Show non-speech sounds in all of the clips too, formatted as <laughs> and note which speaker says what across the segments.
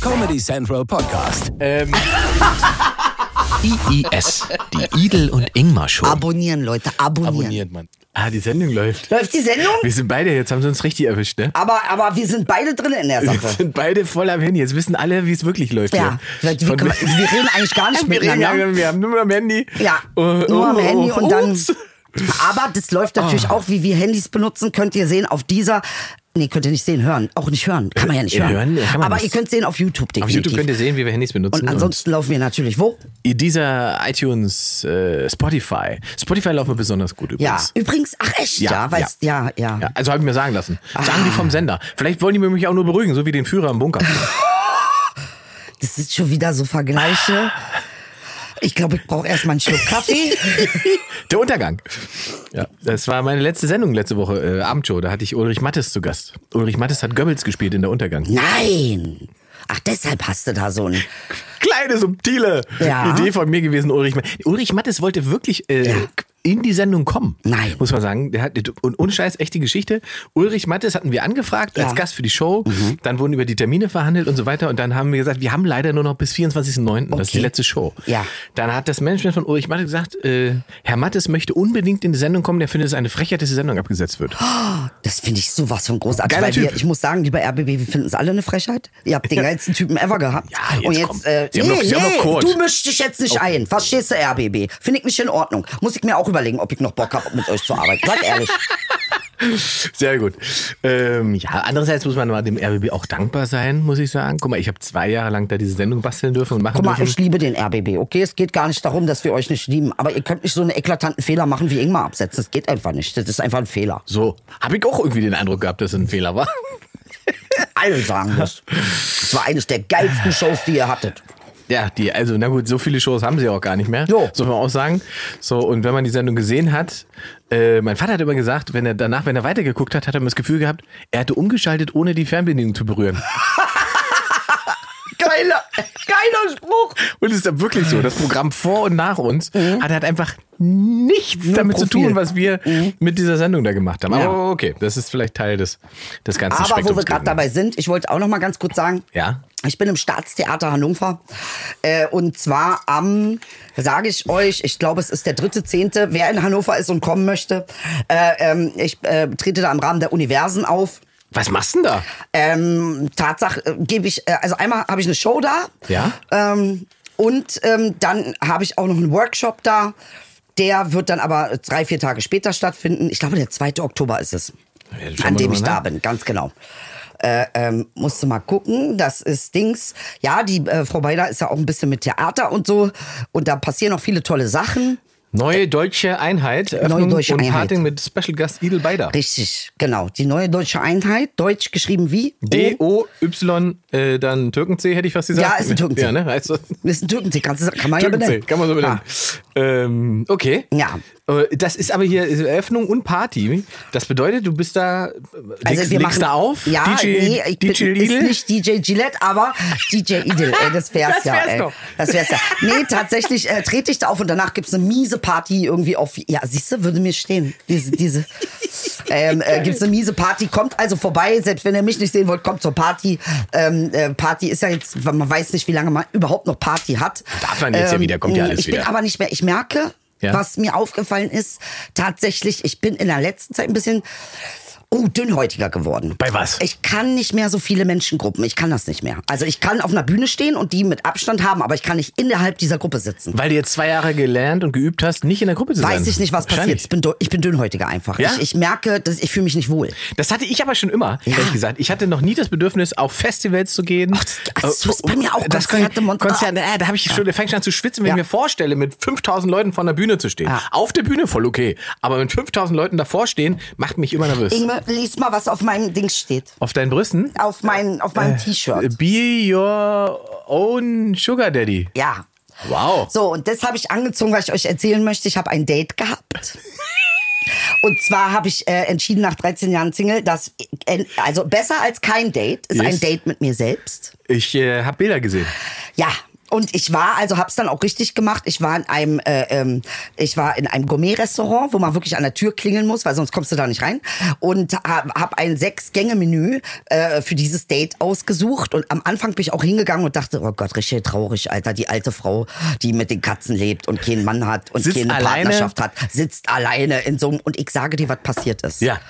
Speaker 1: Comedy Central Podcast.
Speaker 2: Ähm,
Speaker 3: IIS, die Idel und Ingmar Show.
Speaker 4: Abonnieren, Leute, abonnieren.
Speaker 2: abonniert man. Ah, die Sendung läuft.
Speaker 4: Läuft die Sendung?
Speaker 2: Wir sind beide, jetzt haben sie uns richtig erwischt, ne?
Speaker 4: Aber, aber wir sind beide drin in der
Speaker 2: Wir
Speaker 4: Sache.
Speaker 2: sind beide voll am Handy. Jetzt wissen alle, wie es wirklich läuft.
Speaker 4: Ja,
Speaker 2: hier.
Speaker 4: wir, wir,
Speaker 2: Von-
Speaker 4: können- wir reden eigentlich gar
Speaker 2: <laughs>
Speaker 4: nicht
Speaker 2: wir, reden,
Speaker 4: miteinander.
Speaker 2: ja, wir haben nur am Handy.
Speaker 4: Ja,
Speaker 2: Oh, oh,
Speaker 4: nur am Handy
Speaker 2: oh,
Speaker 4: und dann.
Speaker 2: ups.
Speaker 4: Aber das läuft natürlich
Speaker 2: Ah.
Speaker 4: auch, wie wir Handys benutzen, könnt ihr sehen auf dieser. Nee, könnt ihr nicht sehen, hören. Auch nicht hören. Kann man ja nicht
Speaker 2: Äh,
Speaker 4: hören.
Speaker 2: hören kann man
Speaker 4: Aber
Speaker 2: nicht.
Speaker 4: ihr könnt sehen auf YouTube.
Speaker 2: Auf YouTube
Speaker 4: definitiv.
Speaker 2: könnt ihr sehen, wie wir Handys benutzen.
Speaker 4: Und ansonsten laufen wir natürlich wo?
Speaker 2: Und dieser iTunes, äh, Spotify. Spotify laufen wir besonders gut
Speaker 4: Ja.
Speaker 2: übrigens.
Speaker 4: Übrigens, ach echt? Ja, ja, weißt, ja. ja, Ah.
Speaker 2: Ja, also habe ich mir sagen lassen. Sagen die vom Sender. Vielleicht wollen die mich auch nur beruhigen, so wie den Führer im Bunker.
Speaker 4: Das ist schon wieder so Vergleiche. Ich glaube, ich brauche erstmal einen Schluck
Speaker 2: <laughs>
Speaker 4: Kaffee.
Speaker 2: Der Untergang. Ja, das war meine letzte Sendung letzte Woche, äh, Abendshow. Da hatte ich Ulrich Mattes zu Gast. Ulrich Mattes hat Goebbels gespielt in der Untergang.
Speaker 4: Nein! Ach, deshalb hast du da so einen.
Speaker 2: Kleine, subtile
Speaker 4: Ja.
Speaker 2: Idee von mir gewesen, Ulrich Mattes. Ulrich Mattes wollte wirklich äh, in die Sendung kommen.
Speaker 4: Nein.
Speaker 2: Muss man sagen. Der hat, und ohne Scheiß, echte Geschichte. Ulrich Mattes hatten wir angefragt als
Speaker 4: Ja. Mhm.
Speaker 2: Gast für die Show. Dann wurden über die Termine verhandelt und so weiter. Und dann haben wir gesagt, wir haben leider nur noch bis 24.09. Das ist die
Speaker 4: Okay.
Speaker 2: letzte Show.
Speaker 4: Ja.
Speaker 2: Dann hat das Management von Ulrich Mattes gesagt, äh, Herr Mattes möchte unbedingt in die Sendung kommen. Der findet es eine Frechheit, dass die Sendung abgesetzt wird.
Speaker 4: Das finde ich sowas von großartig.
Speaker 2: Geiler
Speaker 4: weil wir,
Speaker 2: Typ.
Speaker 4: ich muss sagen, lieber RBB, wir finden es alle eine Frechheit. Ihr habt den geilsten Typen ever gehabt.
Speaker 2: Ja, jetzt
Speaker 4: Und
Speaker 2: komm.
Speaker 4: jetzt, äh,
Speaker 2: Sie
Speaker 4: nee,
Speaker 2: haben noch- Sie haben noch
Speaker 4: nee,
Speaker 2: Code.
Speaker 4: du mischst dich jetzt nicht ein. Verstehst du, RBB? Finde ich nicht in Ordnung. Muss ich mir auch überlegen, ob ich noch Bock habe, mit euch zu arbeiten.
Speaker 2: <laughs>
Speaker 4: Seid ehrlich.
Speaker 2: Sehr gut. Ähm, ja, andererseits muss man mal dem RBB auch dankbar sein, muss ich sagen. Guck mal, ich habe zwei Jahre lang da diese Sendung basteln dürfen und machen
Speaker 4: Guck mal,
Speaker 2: dürfen.
Speaker 4: ich liebe den RBB, okay? Es geht gar nicht darum, dass wir euch nicht lieben. Aber ihr könnt nicht so einen eklatanten Fehler machen wie Ingmar absetzen. Das geht einfach nicht. Das ist einfach ein Fehler.
Speaker 2: so, habe ich auch irgendwie den Eindruck gehabt, dass es ein Fehler war. <laughs>
Speaker 4: Alle sagen das. Das war eines der geilsten Shows, die ihr hattet.
Speaker 2: Ja, die, also na gut, so viele Shows haben sie auch gar nicht mehr,
Speaker 4: Jo.
Speaker 2: soll man auch sagen. So, und wenn man die Sendung gesehen hat, äh, mein Vater hat immer gesagt, wenn er danach, wenn er weitergeguckt hat, hat er immer das Gefühl gehabt, er hatte umgeschaltet, ohne die Fernbedienung zu berühren.
Speaker 4: Geiler, geiler Spruch.
Speaker 2: Und es ist dann wirklich so, das Programm vor und nach uns hat halt einfach nichts damit zu
Speaker 4: Mhm. Profil. Mhm.
Speaker 2: tun, was wir mit dieser Sendung da gemacht haben. Aber okay, das ist vielleicht Teil des, des ganzen
Speaker 4: Aber wo wir
Speaker 2: Spektrums
Speaker 4: gerade
Speaker 2: gewesen.
Speaker 4: dabei sind, ich wollte auch noch mal ganz kurz sagen,
Speaker 2: Ja.
Speaker 4: ich bin im Staatstheater Hannover äh, und zwar am, sage ich euch, ich glaube es ist der dritte Zehnte, wer in Hannover ist und kommen möchte, äh, ähm, ich äh, trete da im Rahmen der Universen auf.
Speaker 2: Was machst du denn da?
Speaker 4: Ähm, Tatsache äh, gebe ich, äh, also einmal habe ich eine Show da.
Speaker 2: Ja.
Speaker 4: Ähm, und ähm, dann habe ich auch noch einen Workshop da. Der wird dann aber drei, vier Tage später stattfinden. Ich glaube, der 2. Oktober ist es.
Speaker 2: Ja, schauen
Speaker 4: an
Speaker 2: wir
Speaker 4: dem
Speaker 2: mal ne?
Speaker 4: ich
Speaker 2: nach.
Speaker 4: da bin, ganz genau. Äh, ähm, musst du mal gucken, das ist Dings. Ja, die äh, Frau Beider ist ja auch ein bisschen mit Theater und so. Und da passieren auch viele tolle Sachen.
Speaker 2: Neue deutsche Einheit,
Speaker 4: Eröffnung Neue deutsche
Speaker 2: und
Speaker 4: und Einheit.
Speaker 2: Parting
Speaker 4: Parting
Speaker 2: mit Special Guest Idel Beider.
Speaker 4: Richtig, genau. Die neue deutsche Einheit, deutsch geschrieben wie?
Speaker 2: D-O-Y, äh, dann Türkenzee, hätte ich fast gesagt.
Speaker 4: Ja, ist ein Türkenzeh.
Speaker 2: Ja, ne? Also,
Speaker 4: Das ist ein Türkenzee, kannst du- kann man Ah, ja
Speaker 2: Türkenzee,
Speaker 4: benennen.
Speaker 2: kann man so benennen. Ähm, okay.
Speaker 4: Ja.
Speaker 2: Äh, Das ist aber hier Eröffnung und Party. Das bedeutet, du bist da, legst,
Speaker 4: Also wir
Speaker 2: legst
Speaker 4: machen
Speaker 2: da auf,
Speaker 4: Ja,
Speaker 2: DJ,
Speaker 4: nee, ich
Speaker 2: DJ
Speaker 4: bin,
Speaker 2: Lidl.
Speaker 4: ist nicht DJ Gillette, aber DJ Idil. Ey, das wär's,
Speaker 2: Das
Speaker 4: ja.
Speaker 2: wär's
Speaker 4: ey.
Speaker 2: doch.
Speaker 4: Das wär's ja. Nee, tatsächlich äh, trete ich da auf und danach gibt's eine miese Party irgendwie auf. Ja, siehst du, würde mir stehen. Diese, diese. Ähm, äh, gibt's eine miese Party, kommt also vorbei, selbst wenn ihr mich nicht sehen wollt, kommt zur Party. Ähm, äh, Party ist ja jetzt, man weiß nicht, wie lange man überhaupt noch Party hat. Ähm,
Speaker 2: Darf man jetzt ja wieder, kommt ja alles
Speaker 4: ich bin
Speaker 2: wieder.
Speaker 4: aber nicht mehr, ich merke,
Speaker 2: Ja.
Speaker 4: was mir aufgefallen ist, tatsächlich, ich bin in der letzten Zeit ein bisschen oh, dünnhäutiger geworden.
Speaker 2: Bei was?
Speaker 4: Ich kann nicht mehr so viele Menschengruppen. Ich kann das nicht mehr. Also ich kann auf einer Bühne stehen und die mit Abstand haben, aber ich kann nicht innerhalb dieser Gruppe sitzen.
Speaker 2: Weil du jetzt zwei Jahre gelernt und geübt hast, nicht in der Gruppe zu sein.
Speaker 4: Weiß ich nicht, was passiert.
Speaker 2: Wahrscheinlich.
Speaker 4: Ich bin, dü- ich bin dünnhäutiger einfach.
Speaker 2: Ja?
Speaker 4: Ich, ich merke, dass ich fühle mich nicht wohl.
Speaker 2: Das hatte ich aber schon immer,
Speaker 4: Ja.
Speaker 2: ehrlich gesagt. Ich hatte noch nie das Bedürfnis, auf Festivals zu gehen. Äh,
Speaker 4: Ach, das- ach, das ist bei mir auch
Speaker 2: Das
Speaker 4: Konzerte,
Speaker 2: Kon-
Speaker 4: Monster.
Speaker 2: Konzerte, äh, da habe ich schon, da fang ich schon an zu schwitzen, wenn
Speaker 4: Ja.
Speaker 2: ich mir vorstelle, mit 5000 Leuten vor einer Bühne zu stehen.
Speaker 4: Ja.
Speaker 2: Auf der Bühne voll okay, aber mit 5000 Leuten davor stehen, macht mich immer nervös.
Speaker 4: Inge, lies mal, was auf meinem Ding steht.
Speaker 2: auf deinen Brüsten?
Speaker 4: Auf, mein, auf
Speaker 2: Äh,
Speaker 4: meinem T-Shirt.
Speaker 2: Be your own sugar daddy.
Speaker 4: Ja.
Speaker 2: Wow.
Speaker 4: So, und das habe ich angezogen, weil ich euch erzählen möchte, ich habe ein Date gehabt. Und zwar habe ich äh, entschieden nach 13 Jahren Single, dass äh, also besser als kein Date ist
Speaker 2: Yes.
Speaker 4: ein Date mit mir selbst.
Speaker 2: Ich äh, habe Bilder gesehen.
Speaker 4: Ja, Und ich war, also hab's dann auch richtig gemacht. Ich war in einem, äh, ähm, ich war in einem Gourmet-Restaurant, wo man wirklich an der Tür klingeln muss, weil sonst kommst du da nicht rein. Und hab, hab ein Sechs-Gänge-Menü äh, für dieses Date ausgesucht. Und am Anfang bin ich auch hingegangen und dachte, oh Gott, richtig traurig, Alter, die alte Frau, die mit den Katzen lebt und keinen Mann hat und
Speaker 2: Sitzt
Speaker 4: keine
Speaker 2: alleine?
Speaker 4: Partnerschaft hat, sitzt alleine in so einem. Und ich sage dir, was passiert ist.
Speaker 2: Ja.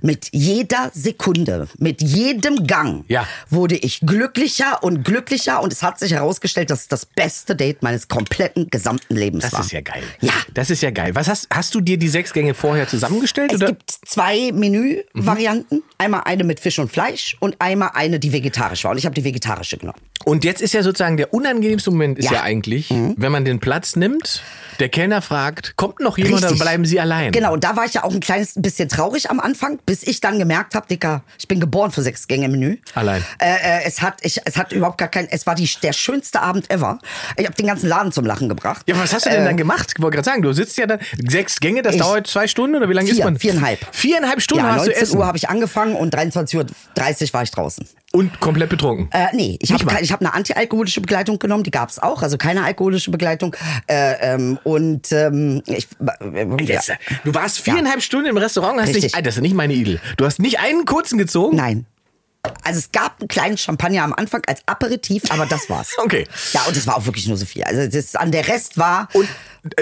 Speaker 4: Mit jeder Sekunde, mit jedem Gang
Speaker 2: Ja.
Speaker 4: wurde ich glücklicher und glücklicher und es hat sich herausgestellt, dass es das beste Date meines kompletten gesamten Lebens
Speaker 2: Das
Speaker 4: war.
Speaker 2: ist ja geil.
Speaker 4: Ja.
Speaker 2: Das ist ja geil. Was hast, hast du dir die sechs Gänge vorher zusammengestellt?
Speaker 4: Es
Speaker 2: oder? Mhm.
Speaker 4: gibt zwei Menü-Varianten. Einmal eine mit Fisch und Fleisch und einmal eine, die vegetarisch war. Und ich habe die vegetarische genommen.
Speaker 2: Und jetzt ist ja sozusagen der unangenehmste Moment ist ja,
Speaker 4: Ja. Mhm.
Speaker 2: eigentlich, wenn man den Platz nimmt, der Kellner fragt, kommt noch jemand
Speaker 4: Richtig.
Speaker 2: oder bleiben Sie allein?
Speaker 4: Genau, und da war ich ja auch ein kleines bisschen traurig am Anfang, bis ich dann gemerkt habe, Dicker, ich bin geboren für sechs Gänge Menü.
Speaker 2: Allein.
Speaker 4: Äh, äh, es hat ich, es hat überhaupt gar kein, es war die, der schönste Abend ever. Ich habe den ganzen Laden zum Lachen gebracht. Ähm,
Speaker 2: Ja, was hast du denn dann gemacht? Ich wollte gerade sagen, du sitzt ja dann sechs Gänge, das
Speaker 4: Äh. Ich-
Speaker 2: dauert zwei Stunden oder wie lange ist
Speaker 4: Vier,
Speaker 2: man?
Speaker 4: viereinhalb.
Speaker 2: Viereinhalb Stunden
Speaker 4: ja,
Speaker 2: hast du
Speaker 4: 19
Speaker 2: Essen
Speaker 4: Uhr habe ich angefangen und 23.30 Uhr war ich draußen.
Speaker 2: und komplett betrunken.
Speaker 4: Äh, nee, ich habe
Speaker 2: Nicht wahr?
Speaker 4: ich hab eine antialkoholische Begleitung genommen, die gab's auch, also keine alkoholische Begleitung. Äh, ähm, und ähm, ich, ja.
Speaker 2: Jetzt, Du warst viereinhalb Stunden im Restaurant, hast
Speaker 4: Richtig.
Speaker 2: nicht, Ah, das ist nicht meine Idel. Du hast nicht einen kurzen gezogen?
Speaker 4: nein. Also es gab einen kleinen Champagner am Anfang als Aperitif, aber das war's.
Speaker 2: <laughs> Okay.
Speaker 4: Ja, und es war auch wirklich nur so viel. Also das an der Rest war
Speaker 2: Und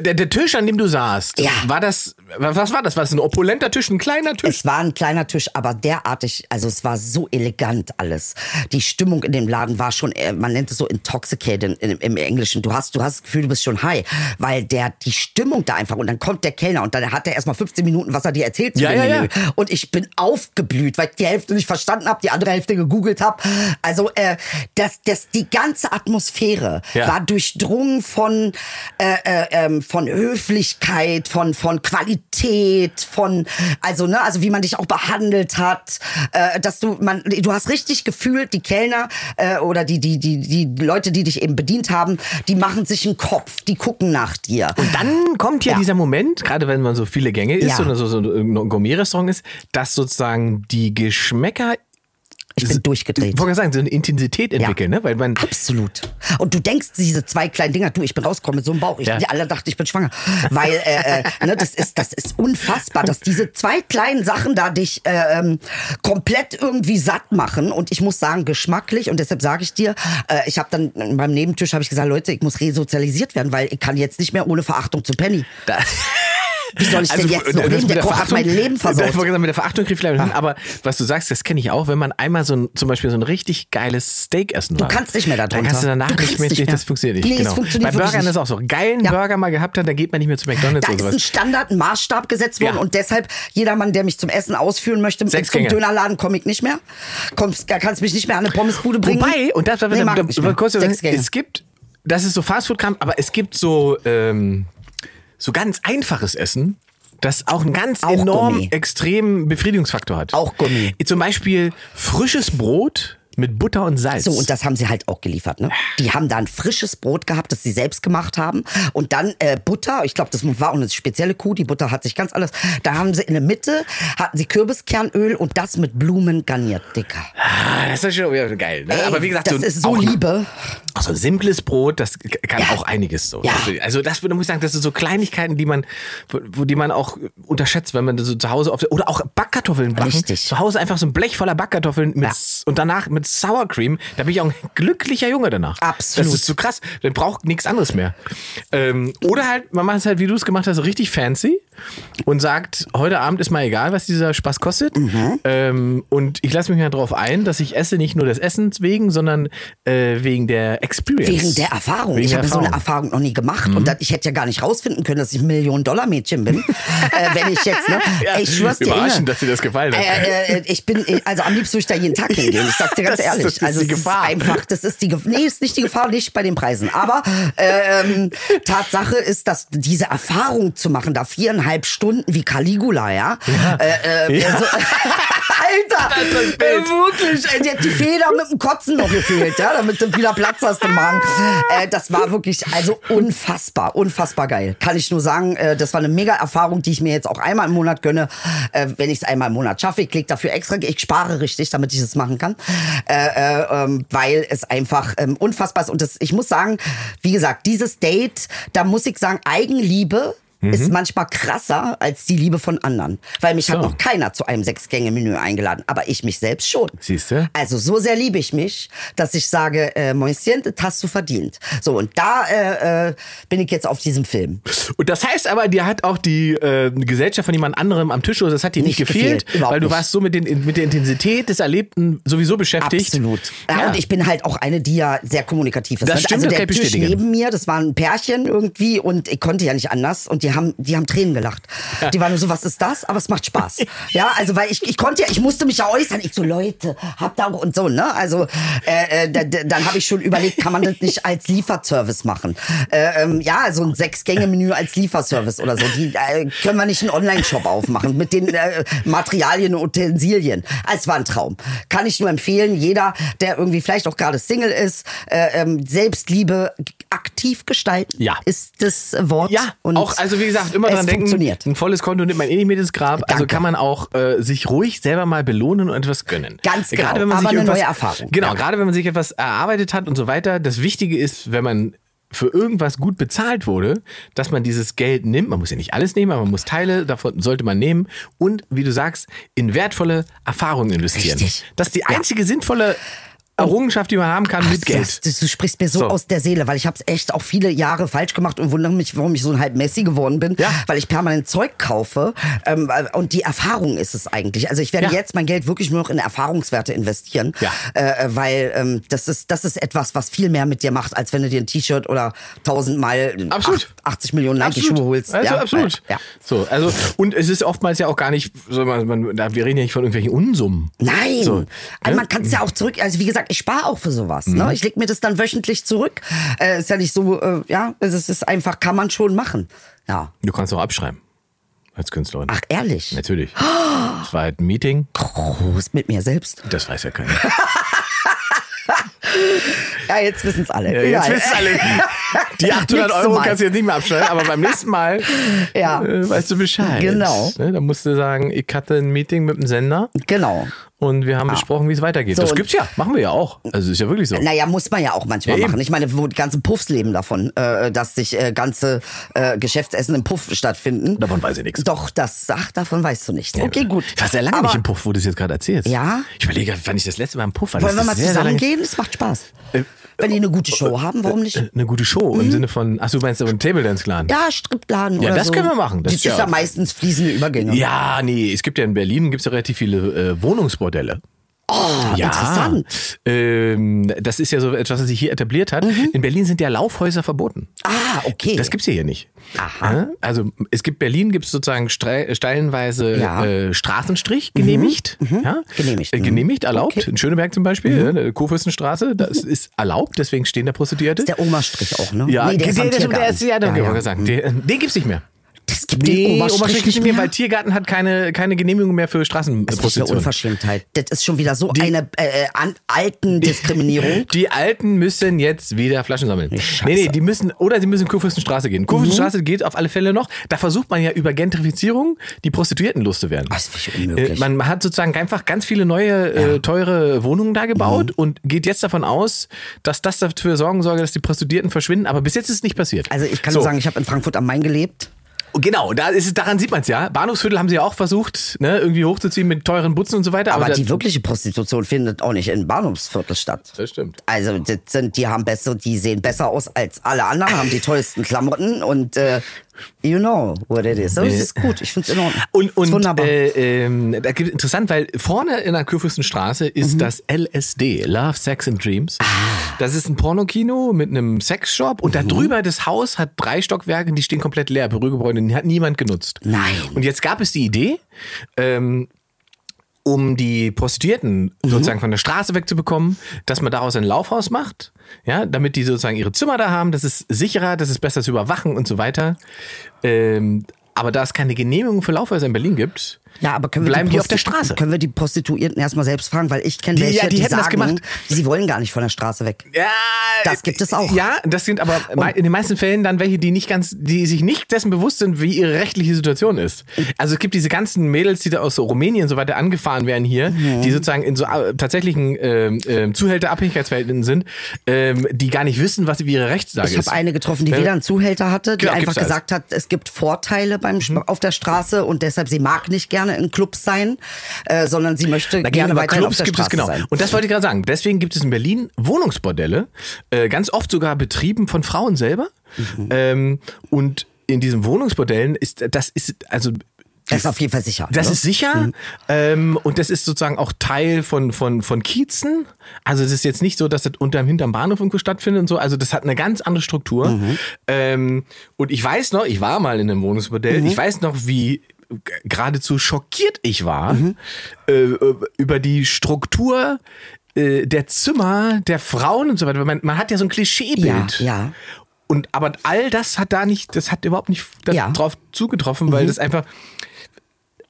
Speaker 2: der, der Tisch, an dem du saßt,
Speaker 4: Ja.
Speaker 2: war das, was war das? War das ein opulenter Tisch, ein kleiner Tisch?
Speaker 4: Es war ein kleiner Tisch, aber derartig, also es war so elegant alles. Die Stimmung in dem Laden war schon, äh, man nennt es so intoxicated im, im Englischen. Du hast, du hast das Gefühl, du bist schon high, weil der, die Stimmung da einfach, und dann kommt der Kellner und dann hat er erstmal 15 Minuten, was er dir erzählt zu
Speaker 2: Ja,
Speaker 4: dem
Speaker 2: ja, ja.
Speaker 4: Menü. Und ich bin aufgeblüht, weil ich die Hälfte nicht verstanden habe, die andere Hälfte gegoogelt habe. Also äh, das, das, die ganze Atmosphäre
Speaker 2: Ja.
Speaker 4: war durchdrungen von, äh, äh, ähm, von Höflichkeit, von, von Qualität, von, also, ne, also wie man dich auch behandelt hat, äh, dass du, man, du hast richtig gefühlt, die Kellner äh, oder die, die, die, die Leute, die dich eben bedient haben, die machen sich einen Kopf, die gucken nach dir.
Speaker 2: Und dann kommt ja, dieser Moment, gerade wenn man so viele Gänge isst
Speaker 4: Ja.
Speaker 2: oder so, so ein Gourmet-Restaurant ist, dass sozusagen die Geschmäcker.
Speaker 4: Ich bin durchgedreht.
Speaker 2: Ich wollte gerade sagen, so eine Intensität entwickeln, ne? Weil man.
Speaker 4: Absolut. Und du denkst, diese zwei kleinen Dinger, du, ich bin rausgekommen mit so einem Bauch. Ich,
Speaker 2: Ja.
Speaker 4: Die alle dachten, ich bin schwanger. Weil äh, äh, ne, das, ist, das ist unfassbar, dass diese zwei kleinen Sachen da dich äh, ähm, komplett irgendwie satt machen. Und ich muss sagen, geschmacklich. Und deshalb sage ich dir, äh, ich habe dann beim Nebentisch habe ich gesagt, Leute, ich muss resozialisiert werden, weil ich kann jetzt nicht mehr ohne Verachtung zu Penny. Wie soll ich denn jetzt
Speaker 2: Also äh,
Speaker 4: noch
Speaker 2: das
Speaker 4: reden?
Speaker 2: mit
Speaker 4: Der Koch hat mein Leben
Speaker 2: Ich wollte
Speaker 4: versaut. Ah.
Speaker 2: gerade sagen, mit der Verachtung kriegt vielleicht. hin, Aber was du sagst, das kenne ich auch, wenn man einmal so ein, zum Beispiel so ein richtig geiles Steak essen
Speaker 4: Du
Speaker 2: war.
Speaker 4: kannst nicht mehr da
Speaker 2: Dann
Speaker 4: drunter.
Speaker 2: kannst du danach
Speaker 4: Du
Speaker 2: nicht
Speaker 4: kannst
Speaker 2: mehr,
Speaker 4: nicht mehr.
Speaker 2: das funktioniert nicht.
Speaker 4: Nee, es
Speaker 2: genau.
Speaker 4: funktioniert
Speaker 2: Bei
Speaker 4: wirklich
Speaker 2: Burgern
Speaker 4: nicht.
Speaker 2: ist auch so. Geilen
Speaker 4: Ja.
Speaker 2: Burger mal gehabt hat, dann geht man nicht mehr zu McDonalds
Speaker 4: Da
Speaker 2: oder
Speaker 4: ist ein
Speaker 2: sowas.
Speaker 4: Standard, ein Maßstab gesetzt worden
Speaker 2: Ja.
Speaker 4: und deshalb jedermann, der mich zum Essen ausführen möchte,
Speaker 2: Sechs
Speaker 4: zum
Speaker 2: Gänge.
Speaker 4: Dönerladen komme ich nicht mehr. Kommst, da kannst mich nicht mehr an eine Pommesbude bringen.
Speaker 2: Wobei, und das
Speaker 4: nee,
Speaker 2: da,
Speaker 4: mag
Speaker 2: da,
Speaker 4: ich nicht mehr.
Speaker 2: kurz,
Speaker 4: Sechs Gänge.
Speaker 2: es gibt, das ist so Fastfood-Kram, aber es gibt so, ähm, so ganz einfaches Essen, das auch einen ganz
Speaker 4: Auch
Speaker 2: enorm
Speaker 4: Gummi.
Speaker 2: extremen Befriedigungsfaktor hat.
Speaker 4: Auch Gummi.
Speaker 2: Zum Beispiel frisches Brot mit Butter und Salz.
Speaker 4: So, und das haben sie halt auch geliefert.
Speaker 2: Ah.
Speaker 4: Ne? Die haben da ein frisches Brot gehabt, das sie selbst gemacht haben. Und dann äh, Butter, ich glaube, das war auch eine spezielle Kuh, die Butter hat sich ganz anders. Da haben sie in der Mitte, hatten sie Kürbiskernöl und das mit Blumen garniert, Dicker.
Speaker 2: ah, das ist schon wieder geil. Ne?
Speaker 4: Ey,
Speaker 2: aber wie gesagt,
Speaker 4: das
Speaker 2: so,
Speaker 4: ist so
Speaker 2: auch,
Speaker 4: Liebe.
Speaker 2: Auch so ein simples Brot, das kann
Speaker 4: Ja.
Speaker 2: auch einiges so.
Speaker 4: Ja.
Speaker 2: Also das würde muss ich sagen, das sind so Kleinigkeiten, die man, wo- wo die man auch unterschätzt, wenn man so zu Hause auf oder auch Backkartoffeln backen.
Speaker 4: Richtig.
Speaker 2: Zu Hause einfach so ein Blech voller Backkartoffeln mit, und danach mit Sour Cream. Da bin ich auch ein glücklicher Junge danach.
Speaker 4: Absolut.
Speaker 2: Das ist so krass. Dann braucht nichts anderes mehr. Ähm, oder halt, man macht es halt, wie du es gemacht hast, so richtig fancy und sagt, heute Abend ist mal egal, was dieser Spaß kostet.
Speaker 4: Mhm.
Speaker 2: Ähm, und ich lasse mich mal darauf ein, dass ich esse nicht nur des Essens wegen, sondern äh, wegen der Experience.
Speaker 4: Wegen der Erfahrung.
Speaker 2: Wegen
Speaker 4: ich
Speaker 2: der Mhm.
Speaker 4: habe so eine Erfahrung noch nie gemacht. Und das, ich hätte ja gar nicht rausfinden können, dass ich ein
Speaker 2: <laughs>
Speaker 4: Millionen-Dollar-Mädchen bin. äh, wenn ich jetzt, ne?
Speaker 2: Ja,
Speaker 4: Ey, ich schwör's dir,
Speaker 2: überraschend,
Speaker 4: Inge.
Speaker 2: dass dir das gefallen hat.
Speaker 4: Äh, äh, ich bin, also am liebsten würde ich da jeden Tag hingehen. Ich sag dir
Speaker 2: <laughs>
Speaker 4: ganz
Speaker 2: Das-
Speaker 4: ehrlich.
Speaker 2: das ist
Speaker 4: also
Speaker 2: die
Speaker 4: es
Speaker 2: Gefahr.
Speaker 4: ist einfach, das ist die Gefahr. Nee, ist nicht die Gefahr, nicht bei den Preisen. Aber ähm, Tatsache ist, dass diese Erfahrung zu machen, da viereinhalb zweieinhalb Stunden wie Caligula, ja. Äh, äh,
Speaker 2: Ja.
Speaker 4: So, <laughs> Alter,
Speaker 2: Das ist das Bild.
Speaker 4: äh, wirklich, ey, die hat die Feder mit dem Kotzen noch gefehlt, ja, damit du wieder Platz hast im Magen. Äh, das war wirklich, also unfassbar, unfassbar geil. Kann ich nur sagen, äh, das war eine mega Erfahrung, die ich mir jetzt auch einmal im Monat gönne, äh, wenn ich es einmal im Monat schaffe. Ich klicke dafür extra, ich spare richtig, damit ich es machen kann, äh, äh, ähm, weil es einfach ähm, unfassbar ist. Und das, ich muss sagen, wie gesagt, dieses Date, da muss ich sagen, Eigenliebe ist manchmal krasser als die Liebe von anderen. Weil mich hat noch keiner zu einem Sechs-Gänge-Menü eingeladen, aber ich mich selbst schon.
Speaker 2: Siehste?
Speaker 4: Also so sehr liebe ich mich, dass ich sage, äh, Mäuschen, das hast du verdient. So, und da äh, äh, bin ich jetzt auf diesem Film.
Speaker 2: Und das heißt aber, dir hat auch die äh, Gesellschaft von jemand anderem am Tisch, oder das hat dir nicht,
Speaker 4: Nicht
Speaker 2: gefehlt,
Speaker 4: gefehlt, überhaupt
Speaker 2: weil du
Speaker 4: nicht.
Speaker 2: warst so mit, den, mit der Intensität des Erlebten sowieso beschäftigt.
Speaker 4: Absolut. Ja,
Speaker 2: Ja.
Speaker 4: Und ich bin halt auch eine, die ja sehr kommunikativ ist.
Speaker 2: Das
Speaker 4: ne?
Speaker 2: stimmt,
Speaker 4: also
Speaker 2: das
Speaker 4: der
Speaker 2: kann ich
Speaker 4: Tisch
Speaker 2: bestätigen.
Speaker 4: neben mir, das war ein Pärchen irgendwie und ich konnte ja nicht anders und die haben, die haben Tränen gelacht. Die waren nur so, was ist das? Aber es
Speaker 2: <laughs>
Speaker 4: macht Spaß. ja, also weil ich, ich konnte ja, ich musste mich ja äußern. Ich so, Leute, habt da auch und so, ne? Also äh, äh, da- da- dann habe ich schon überlegt, kann man das nicht als Lieferservice machen? Äh, ähm, ja, so ein Sechs-Gänge-Menü als Lieferservice oder so. Die äh, können wir nicht einen Online-Shop aufmachen mit den äh, Materialien und Utensilien. Ah, Es war ein Traum. Kann ich nur empfehlen, jeder, der irgendwie vielleicht auch gerade Single ist, äh, ähm, Selbstliebe g- aktiv gestalten,
Speaker 2: Ja.
Speaker 4: ist das Wort.
Speaker 2: Ja, auch, also wie gesagt, immer
Speaker 4: es
Speaker 2: dran denken,
Speaker 4: funktioniert.
Speaker 2: ein volles Konto nimmt man eh nicht mit ins Grab. Also
Speaker 4: Danke.
Speaker 2: kann man auch äh, sich ruhig selber mal belohnen und etwas gönnen.
Speaker 4: Ganz genau,
Speaker 2: Gerade wenn man
Speaker 4: aber
Speaker 2: sich
Speaker 4: eine
Speaker 2: irgendwas-
Speaker 4: neue Erfahrung.
Speaker 2: Genau,
Speaker 4: Ja.
Speaker 2: gerade wenn man sich etwas erarbeitet hat und so weiter. Das Wichtige ist, wenn man für irgendwas gut bezahlt wurde, dass man dieses Geld nimmt. Man muss ja nicht alles nehmen, aber man muss Teile davon sollte man nehmen und, wie du sagst, in wertvolle Erfahrungen investieren.
Speaker 4: Richtig.
Speaker 2: Das ist die einzige sinnvolle Errungenschaft, die man haben kann mit
Speaker 4: Das,
Speaker 2: Geld.
Speaker 4: das, du sprichst mir so,
Speaker 2: So.
Speaker 4: aus der Seele, weil ich habe es echt auch viele Jahre falsch gemacht und wundere mich, warum ich so ein halb Messi geworden bin,
Speaker 2: Ja.
Speaker 4: weil ich permanent Zeug kaufe ähm, und die Erfahrung ist es eigentlich. Also ich werde
Speaker 2: Ja.
Speaker 4: jetzt mein Geld wirklich nur noch in Erfahrungswerte investieren,
Speaker 2: Ja.
Speaker 4: äh, weil ähm, das ist das ist etwas, was viel mehr mit dir macht, als wenn du dir ein T-Shirt oder tausendmal
Speaker 2: Absolut.
Speaker 4: 80 Millionen Nike-Schuhe holst.
Speaker 2: Also
Speaker 4: Ja,
Speaker 2: absolut.
Speaker 4: Ja.
Speaker 2: So, also und es ist oftmals ja auch gar nicht, so, man, man, da- wir reden ja nicht von irgendwelchen Unsummen.
Speaker 4: Nein,
Speaker 2: So, ne?
Speaker 4: also man kann es ja auch zurück. Also wie gesagt, ich spare auch für sowas.
Speaker 2: Mhm.
Speaker 4: Ne? Ich leg mir das dann wöchentlich zurück. Äh, ist ja nicht so, äh, ja, es ist, ist einfach, kann man schon machen. Ja,
Speaker 2: Du kannst auch abschreiben als Künstlerin.
Speaker 4: ach Oh. ehrlich,
Speaker 2: Natürlich. Es war halt ein Meeting.
Speaker 4: groß mit mir selbst.
Speaker 2: Das weiß ja keiner.
Speaker 4: <laughs> Ja, jetzt wissen's alle. Überall.
Speaker 2: alle. Die 800
Speaker 4: Nächstes
Speaker 2: Euro
Speaker 4: Mal.
Speaker 2: kannst du jetzt nicht mehr abschreiben, aber beim nächsten Mal
Speaker 4: <laughs> Ja.
Speaker 2: äh, weißt du Bescheid.
Speaker 4: Genau.
Speaker 2: Ne, da musst du sagen, ich hatte ein Meeting mit dem Sender
Speaker 4: <laughs> Genau.
Speaker 2: und wir haben besprochen, wie es weitergeht.
Speaker 4: So,
Speaker 2: das
Speaker 4: und-
Speaker 2: gibt's ja, machen wir ja auch. Also ist ja wirklich so.
Speaker 4: Naja, muss man ja auch manchmal
Speaker 2: Ja, eben.
Speaker 4: machen. Ich meine, wo die ganzen Puffs leben davon, äh, dass sich äh, ganze äh, Geschäftsessen im Puff stattfinden.
Speaker 2: Davon weiß ich nichts.
Speaker 4: Doch, das, ach, davon weißt du nichts.
Speaker 2: Ja,
Speaker 4: Okay, gut.
Speaker 2: Ich war sehr lange
Speaker 4: Aber
Speaker 2: nicht im Puff, wo du es jetzt gerade erzählst.
Speaker 4: Ja?
Speaker 2: Ich überlege, wann ich das letzte Mal im Puff war. Das
Speaker 4: Wollen wir
Speaker 2: ist
Speaker 4: mal
Speaker 2: sehr, sehr lange- Äh,
Speaker 4: zusammen gehen? Es macht Spaß. Wenn die eine gute Show haben, warum nicht?
Speaker 2: Eine gute Show im Sinne von, ach, du meinst aber einen Table Dance Clan?
Speaker 4: Mhm. Ja, Stripladen
Speaker 2: Ja,
Speaker 4: oder
Speaker 2: das
Speaker 4: so.
Speaker 2: können wir machen. Das
Speaker 4: Das
Speaker 2: ist
Speaker 4: ist ja,
Speaker 2: ja-
Speaker 4: meistens fließende Übergänge.
Speaker 2: Ja, nee, es gibt ja in Berlin gibt's ja relativ viele äh, Wohnungsbordelle.
Speaker 4: Ah,
Speaker 2: Ja,
Speaker 4: Interessant. Mhm.
Speaker 2: Ähm, das ist ja so etwas, was sich hier etabliert hat. In Berlin sind ja Laufhäuser verboten.
Speaker 4: Ah, okay.
Speaker 2: Das gibt's ja hier nicht. Ja, Also es gibt Berlin gibt es sozusagen strei- stellenweise
Speaker 4: Ja.
Speaker 2: äh, Straßenstrich genehmigt, ja?
Speaker 4: Genehmigt,
Speaker 2: äh,
Speaker 4: mhm.
Speaker 2: genehmigt, erlaubt.
Speaker 4: Okay. Mhm.
Speaker 2: In Schöneberg zum Beispiel, ja, der Kurfürstenstraße, das ist erlaubt. Deswegen stehen da Prostituierte.
Speaker 4: ist der Oma-Strich auch, ne?
Speaker 2: ja,
Speaker 4: nee, der ist
Speaker 2: der,
Speaker 4: am
Speaker 2: der
Speaker 4: Tiergarten.
Speaker 2: ist ja, der-
Speaker 4: ja, ja.
Speaker 2: Gesagt, den, den gibt's nicht mehr.
Speaker 4: Das gibt den Oma-Strich nicht mehr.
Speaker 2: weil Tiergarten hat keine, keine Genehmigung mehr für
Speaker 4: das ist eine
Speaker 2: Straßenprostitution.
Speaker 4: Unverschämtheit. Das ist schon wieder so eine äh, äh, an,
Speaker 2: <laughs>
Speaker 4: alten Diskriminierung.
Speaker 2: Die Alten müssen jetzt wieder Flaschen sammeln. Nee, nee, die müssen, oder sie müssen in Kurfürstenstraße
Speaker 4: Mhm.
Speaker 2: gehen. Kurfürstenstraße geht auf alle Fälle noch. Da versucht man ja über Gentrifizierung die Prostituierten loszuwerden.
Speaker 4: Das ist wirklich unmöglich.
Speaker 2: Äh, Man hat sozusagen einfach ganz viele neue, äh, teure Wohnungen da gebaut
Speaker 4: Mhm.
Speaker 2: und geht jetzt davon aus, dass das dafür sorgen soll, dass die Prostituierten verschwinden. Aber bis jetzt ist es nicht passiert.
Speaker 4: Also ich kann
Speaker 2: So.
Speaker 4: nur sagen, ich habe in Frankfurt am Main gelebt.
Speaker 2: Genau, da ist es, daran sieht man es ja. Bahnhofsviertel haben sie ja auch versucht, ne, irgendwie hochzuziehen mit teuren Butzen und so weiter.
Speaker 4: Aber
Speaker 2: da-
Speaker 4: die wirkliche Prostitution findet auch nicht in Bahnhofsviertel statt.
Speaker 2: Das stimmt.
Speaker 4: Also das sind, die haben besser, die sehen besser aus als alle anderen, haben die tollsten Klamotten und äh, you know what it is. Das ist gut, ich finde es enorm.
Speaker 2: Und,
Speaker 4: ist
Speaker 2: und
Speaker 4: wunderbar.
Speaker 2: äh, ähm, da gibt interessant, weil vorne in der Kurfürstenstraße
Speaker 4: Mhm.
Speaker 2: ist das LSD, Love, Sex and Dreams.
Speaker 4: Ah.
Speaker 2: Das ist ein Pornokino mit einem Sexshop und
Speaker 4: Mhm.
Speaker 2: da drüber das Haus hat drei Stockwerke, die stehen komplett leer, Bürogebäude, die hat niemand genutzt.
Speaker 4: Nein.
Speaker 2: Und jetzt gab es die Idee, ähm, um die Prostituierten sozusagen von der Straße wegzubekommen, dass man daraus ein Laufhaus macht, ja, damit die sozusagen ihre Zimmer da haben, das ist sicherer, das ist besser zu überwachen und so weiter. Ähm, Aber da es keine Genehmigung für Laufhäuser in Berlin gibt,
Speaker 4: Ja, aber können wir
Speaker 2: bleiben
Speaker 4: die
Speaker 2: die auf der
Speaker 4: Prosti-
Speaker 2: Straße.
Speaker 4: Können wir die Prostituierten erstmal selbst fragen, weil ich kenne
Speaker 2: Die-
Speaker 4: welche,
Speaker 2: ja, die hätten
Speaker 4: sagen,
Speaker 2: das gemacht.
Speaker 4: sie wollen gar nicht von der Straße weg.
Speaker 2: Ja,
Speaker 4: Das gibt es auch.
Speaker 2: Ja, das sind aber mei- in den meisten Fällen dann welche, die nicht ganz, die sich nicht dessen bewusst sind, wie ihre rechtliche Situation ist. Also es gibt diese ganzen Mädels, die da aus so Rumänien und so weiter angefahren werden hier, die sozusagen in so äh, tatsächlichen ähm, ähm, Zuhälterabhängigkeitsverhältnissen sind, ähm, die gar nicht wissen, was wie ihre Rechtslage
Speaker 4: Ich
Speaker 2: ist.
Speaker 4: habe eine getroffen, die
Speaker 2: Also Ja.
Speaker 4: weder einen Zuhälter hatte, die
Speaker 2: Genau,
Speaker 4: einfach
Speaker 2: gibt's alles. Mhm.
Speaker 4: gesagt hat, es gibt Vorteile beim Sp- auf der Straße und deshalb sie mag nicht gerne in Clubs sein, äh, sondern sie möchte
Speaker 2: Da gehen
Speaker 4: gerne
Speaker 2: aber
Speaker 4: weiterhin auf
Speaker 2: Clubs
Speaker 4: der
Speaker 2: gibt
Speaker 4: Straße
Speaker 2: es genau.
Speaker 4: sein.
Speaker 2: Und das wollte ich gerade sagen. Deswegen gibt es in Berlin Wohnungsbordelle, äh, ganz oft sogar betrieben von Frauen selber.
Speaker 4: Mhm.
Speaker 2: Ähm, und in diesen Wohnungsbordellen ist das ist also
Speaker 4: Das ist auf jeden Fall sicher.
Speaker 2: Das
Speaker 4: ne?
Speaker 2: ist sicher ähm, und das ist sozusagen auch Teil von, von, von Kiezen. Also es ist jetzt nicht so, dass das unterm hinterm Bahnhof irgendwo stattfindet und so. Also das hat eine ganz andere Struktur.
Speaker 4: Mhm.
Speaker 2: Ähm, und ich weiß noch, ich war mal in einem Wohnungsmodell,
Speaker 4: Mhm.
Speaker 2: ich weiß noch, wie g- geradezu schockiert ich war
Speaker 4: Mhm.
Speaker 2: äh, über die Struktur äh, der Zimmer, der Frauen und so weiter. Weil Man, man hat ja so ein Klischeebild.
Speaker 4: Ja, ja.
Speaker 2: Und aber all das hat da nicht, das hat überhaupt nicht da-
Speaker 4: Ja. Mhm.
Speaker 2: drauf zugetroffen, weil das einfach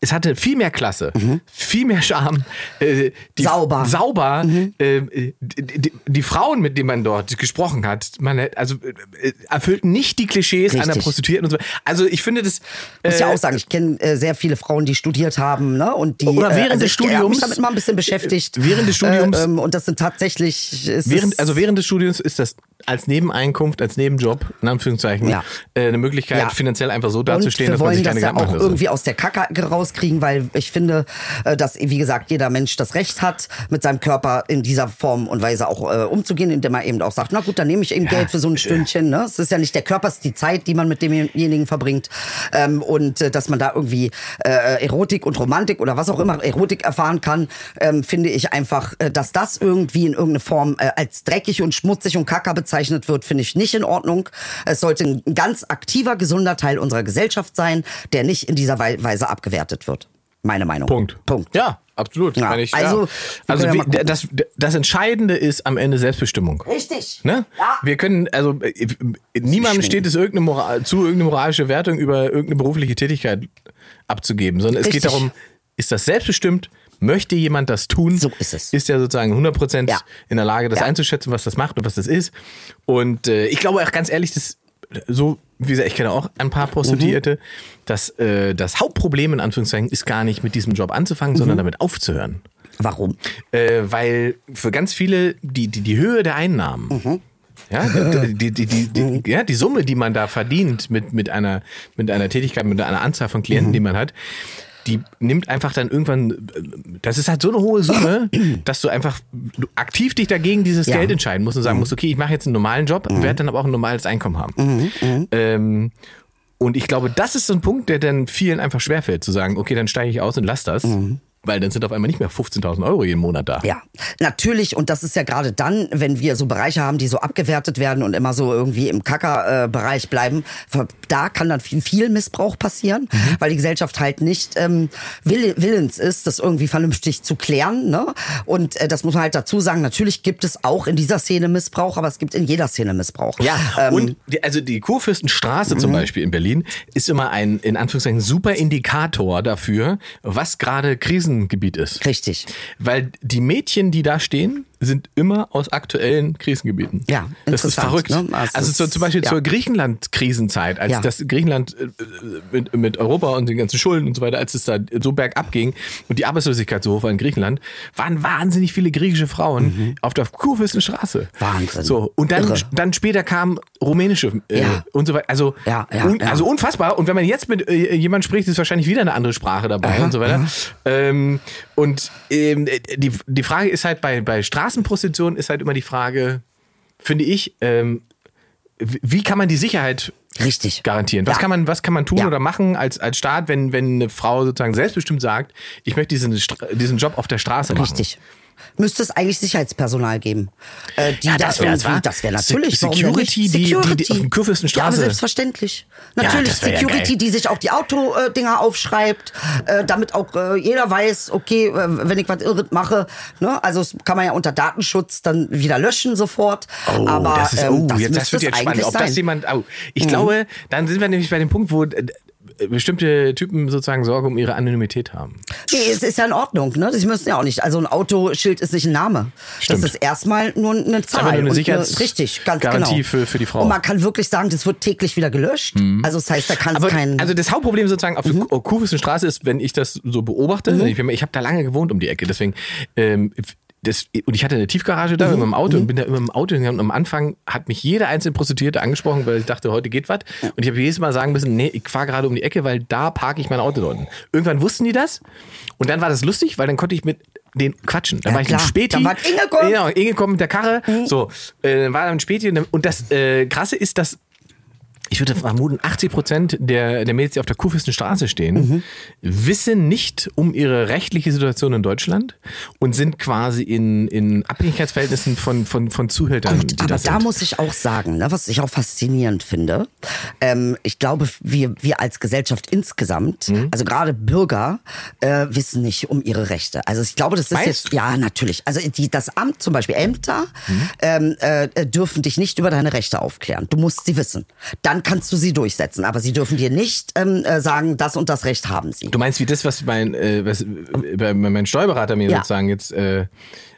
Speaker 2: es hatte viel mehr Klasse, viel mehr Charme. Äh, die,
Speaker 4: Mhm. Sauber. Mhm.
Speaker 2: Sauber. Äh, die, die, die Frauen, mit denen man dort gesprochen hat, man, hat- also äh, erfüllten nicht die Klischees einer
Speaker 4: Richtig.
Speaker 2: Prostituierten und so. Also ich finde das.
Speaker 4: muss ja
Speaker 2: äh,
Speaker 4: auch sagen, ich kenne äh, sehr viele Frauen, die studiert haben, ne? Und die
Speaker 2: Oder während
Speaker 4: äh, also
Speaker 2: des
Speaker 4: ich, ich hab mich
Speaker 2: Studiums-
Speaker 4: damit mal ein bisschen beschäftigt.
Speaker 2: Während des Studiums-
Speaker 4: Äh, ähm, und das sind tatsächlich es
Speaker 2: Während,
Speaker 4: ist,
Speaker 2: also während des Studiums ist das als Nebeneinkunft, als Nebenjob, in Anführungszeichen,
Speaker 4: Ja.
Speaker 2: äh, eine Möglichkeit,
Speaker 4: Ja.
Speaker 2: finanziell einfach so
Speaker 4: und
Speaker 2: dazustehen,
Speaker 4: wir
Speaker 2: dass man
Speaker 4: wollen
Speaker 2: sich
Speaker 4: das
Speaker 2: keine
Speaker 4: ja
Speaker 2: Gedanken
Speaker 4: auch
Speaker 2: machen muss.
Speaker 4: irgendwie aus der Kacke rauskriegen, weil ich finde, äh, dass, wie gesagt, jeder Mensch das Recht hat, mit seinem Körper in dieser Form und Weise auch äh, umzugehen, indem er eben auch sagt, na gut, dann nehme ich eben Geld für
Speaker 2: äh,
Speaker 4: so ein Stündchen. Ne? Es ist ja nicht der Körper, es ist die Zeit, die man mit demjenigen verbringt. Ähm, und äh, dass man da irgendwie äh, Erotik und Romantik oder was auch immer Erotik erfahren kann, ähm, finde ich einfach, äh, dass das irgendwie in irgendeiner Form äh, als dreckig und schmutzig und kacker bezeichnet wird, finde ich nicht in Ordnung. Es sollte ein ganz aktiver, gesunder Teil unserer Gesellschaft sein, der nicht in dieser Wei- Weise abgewertet wird. Meine Meinung.
Speaker 2: Punkt.
Speaker 4: Punkt.
Speaker 2: Ja, absolut.
Speaker 4: Ja,
Speaker 2: Meine Ich,
Speaker 4: also, wir
Speaker 2: ja. also
Speaker 4: können ja
Speaker 2: wie,
Speaker 4: mal gucken.
Speaker 2: das, das Entscheidende ist am Ende Selbstbestimmung.
Speaker 4: Richtig.
Speaker 2: Ne?
Speaker 4: Ja.
Speaker 2: Wir können, also äh, äh, niemandem
Speaker 4: schwierig.
Speaker 2: steht es irgendeine Moral, zu, irgendeine moralische Wertung über irgendeine berufliche Tätigkeit abzugeben, sondern es
Speaker 4: Richtig.
Speaker 2: geht darum, ist das selbstbestimmt? Möchte jemand das tun?
Speaker 4: So ist es.
Speaker 2: Ist ja sozusagen 100%
Speaker 4: Ja.
Speaker 2: in der Lage, das
Speaker 4: Ja.
Speaker 2: einzuschätzen, was das macht und was das ist. Und äh, ich glaube auch ganz ehrlich, dass so, wie gesagt, ich kenne auch ein paar
Speaker 4: Mhm.
Speaker 2: Prostituierte, dass äh, das Hauptproblem in Anführungszeichen ist gar nicht mit diesem Job anzufangen,
Speaker 4: Mhm.
Speaker 2: sondern damit aufzuhören.
Speaker 4: Warum?
Speaker 2: Äh, weil für ganz viele die, die, die Höhe der Einnahmen,
Speaker 4: Mhm.
Speaker 2: ja, die, die, die, die, die, ja, die Summe, die man da verdient mit, mit, einer, mit einer Tätigkeit, mit einer Anzahl von Klienten,
Speaker 4: Mhm.
Speaker 2: die man hat, die nimmt einfach dann irgendwann, äh, das ist halt so eine hohe Summe, dass du einfach du aktiv dich dagegen dieses
Speaker 4: Ja. Mhm.
Speaker 2: Geld entscheiden musst und sagen musst, okay, ich mache jetzt einen normalen Job, werde dann aber auch ein normales Einkommen haben.
Speaker 4: Mhm.
Speaker 2: Ähm, und ich glaube, das ist so ein Punkt, der dann vielen einfach schwerfällt, zu sagen, okay, dann steige ich aus und lass das. Weil dann sind auf einmal nicht mehr 15.000 Euro jeden Monat da.
Speaker 4: Mhm. Ja, natürlich. Und das ist ja gerade dann, wenn wir so Bereiche haben, die so abgewertet werden und immer so irgendwie im Kacker-Bereich bleiben, ver- da kann dann viel, viel Missbrauch passieren,
Speaker 2: Mhm.
Speaker 4: weil die Gesellschaft halt nicht ähm, will, willens ist, das irgendwie vernünftig zu klären. Ne? Und äh, das muss man halt dazu sagen, natürlich gibt es auch in dieser Szene Missbrauch, aber es gibt in jeder Szene Missbrauch.
Speaker 2: Ja,
Speaker 4: Ähm,
Speaker 2: und die, also die Kurfürstenstraße zum Beispiel in Berlin ist immer ein, in Anführungszeichen, super Indikator dafür, was gerade Krisengebiet ist.
Speaker 4: Richtig.
Speaker 2: Weil die Mädchen, die da stehen, sind immer aus aktuellen Krisengebieten.
Speaker 4: Ja,
Speaker 2: das ist
Speaker 4: interessant,
Speaker 2: verrückt.
Speaker 4: ne? Also
Speaker 2: Also,
Speaker 4: es
Speaker 2: so, zum Beispiel
Speaker 4: ist- ja.
Speaker 2: zur Griechenland-Krisenzeit, als
Speaker 4: Ja.
Speaker 2: das Griechenland äh, mit, mit Europa und den ganzen Schulden und so weiter, als es da so bergab ging und die Arbeitslosigkeit so hoch war in Griechenland, waren wahnsinnig viele griechische Frauen auf der Kurfürstenstraße.
Speaker 4: Mhm. Wahnsinn.
Speaker 2: So, und dann,
Speaker 4: Irre.
Speaker 2: dann später kamen rumänische äh,
Speaker 4: Ja.
Speaker 2: und so weiter. Also,
Speaker 4: Ja, ja,
Speaker 2: un,
Speaker 4: ja.
Speaker 2: also unfassbar. Und wenn man jetzt mit äh, jemand spricht, ist wahrscheinlich wieder eine andere Sprache dabei und so weiter. Ähm, und ähm, äh, die, die Frage ist halt bei, bei Straßenprostitution ist halt immer die Frage, finde ich, ähm, w- wie kann man die Sicherheit
Speaker 4: Richtig.
Speaker 2: garantieren? Was
Speaker 4: Ja.
Speaker 2: kann man, was kann man tun
Speaker 4: Ja.
Speaker 2: oder machen als, als Staat, wenn, wenn eine Frau sozusagen selbstbestimmt sagt, ich möchte diesen, Stra- diesen Job auf der Straße machen?
Speaker 4: Richtig. Müsste es eigentlich Sicherheitspersonal geben? Äh, die da
Speaker 2: wär-
Speaker 4: irgendwie-
Speaker 2: wa?
Speaker 4: das wäre natürlich.
Speaker 2: Se-
Speaker 4: warum denn nicht?
Speaker 2: Security, die- die- die auf dem Kurfürstenstraße-
Speaker 4: Ja, aber selbstverständlich.
Speaker 2: Ja,
Speaker 4: Natürlich
Speaker 2: das wär ja
Speaker 4: Security,
Speaker 2: geil.
Speaker 4: die sich auch die Autodinger aufschreibt, äh, damit auch äh, jeder weiß, okay, äh, wenn ich was Irres mache, ne? also das kann man ja unter Datenschutz dann wieder löschen sofort.
Speaker 2: Oh,
Speaker 4: aber
Speaker 2: das, ist,
Speaker 4: ähm,
Speaker 2: oh,
Speaker 4: das
Speaker 2: jetzt,
Speaker 4: müsste
Speaker 2: das wird
Speaker 4: es
Speaker 2: jetzt spannend.
Speaker 4: eigentlich
Speaker 2: Ob
Speaker 4: sein. Mhm.
Speaker 2: das jemand. Oh, ich glaube, dann sind wir nämlich bei dem Punkt, wo äh, bestimmte Typen sozusagen Sorge um ihre Anonymität haben.
Speaker 4: Nee, es ist ja in Ordnung, ne? Sie müssen ja auch nicht. Also ein Autoschild ist nicht ein Name.
Speaker 2: Stimmt.
Speaker 4: Das ist erstmal nur eine Zahl.
Speaker 2: einfach nur eine
Speaker 4: und
Speaker 2: Sicherheits-
Speaker 4: richtig, ganz
Speaker 2: Garantie
Speaker 4: genau.
Speaker 2: für- für die Frau. Mhm.
Speaker 4: Und man kann wirklich sagen, das wird täglich wieder gelöscht. Also Mhm. das heißt, da kann es
Speaker 2: Aber
Speaker 4: keinen.
Speaker 2: also das Hauptproblem sozusagen auf der Kuhwissenstraße ist, wenn ich das so beobachte,
Speaker 4: Mhm.
Speaker 2: ich, bin- ich habe da lange gewohnt um die Ecke, deswegen ähm, das, und ich hatte eine Tiefgarage
Speaker 4: Mhm.
Speaker 2: da mit meinem Auto und bin da immer im Auto gegangen. Und am Anfang hat mich jede einzelne Prostituierte angesprochen, weil ich dachte, heute geht was. Und ich habe jedes Mal sagen müssen, nee, ich fahre gerade um die Ecke, weil da parke ich mein Auto dort. Irgendwann wussten die das und dann war das lustig, weil dann konnte ich mit denen quatschen. Dann
Speaker 4: Ja,
Speaker 2: war ich ein
Speaker 4: klar.
Speaker 2: Späti.
Speaker 4: Dann war Mhm. Inge kommt.
Speaker 2: Genau, Inge kommt mit der Karre. So, äh, dann war dann ein Späti. und dann- Und das äh, Krasse ist, dass ich würde vermuten, 80 Prozent der, der Mädels, die auf der Kurfürsten Straße stehen, wissen nicht um ihre rechtliche Situation in Deutschland und sind quasi in, in Abhängigkeitsverhältnissen von, von, von Zuhältern. die
Speaker 4: Gut, aber
Speaker 2: das
Speaker 4: da
Speaker 2: sind.
Speaker 4: muss ich auch sagen, ne, was ich auch faszinierend finde, ähm, ich glaube, wir, wir als Gesellschaft insgesamt,
Speaker 2: Mhm.
Speaker 4: also gerade Bürger, äh, wissen nicht um ihre Rechte. Also ich glaube, das ist
Speaker 2: Meinst
Speaker 4: jetzt, ja, natürlich. Also die, das Amt, zum Beispiel Ämter, ähm, äh, äh, dürfen dich nicht über deine Rechte aufklären. Du musst sie wissen. Dann kannst du sie durchsetzen. Aber sie dürfen dir nicht ähm, äh, sagen, das und das Recht haben sie.
Speaker 2: Du meinst wie das, was mein, äh, was, äh, bei- bei- mein Steuerberater mir
Speaker 4: Ja.
Speaker 2: sozusagen jetzt, äh,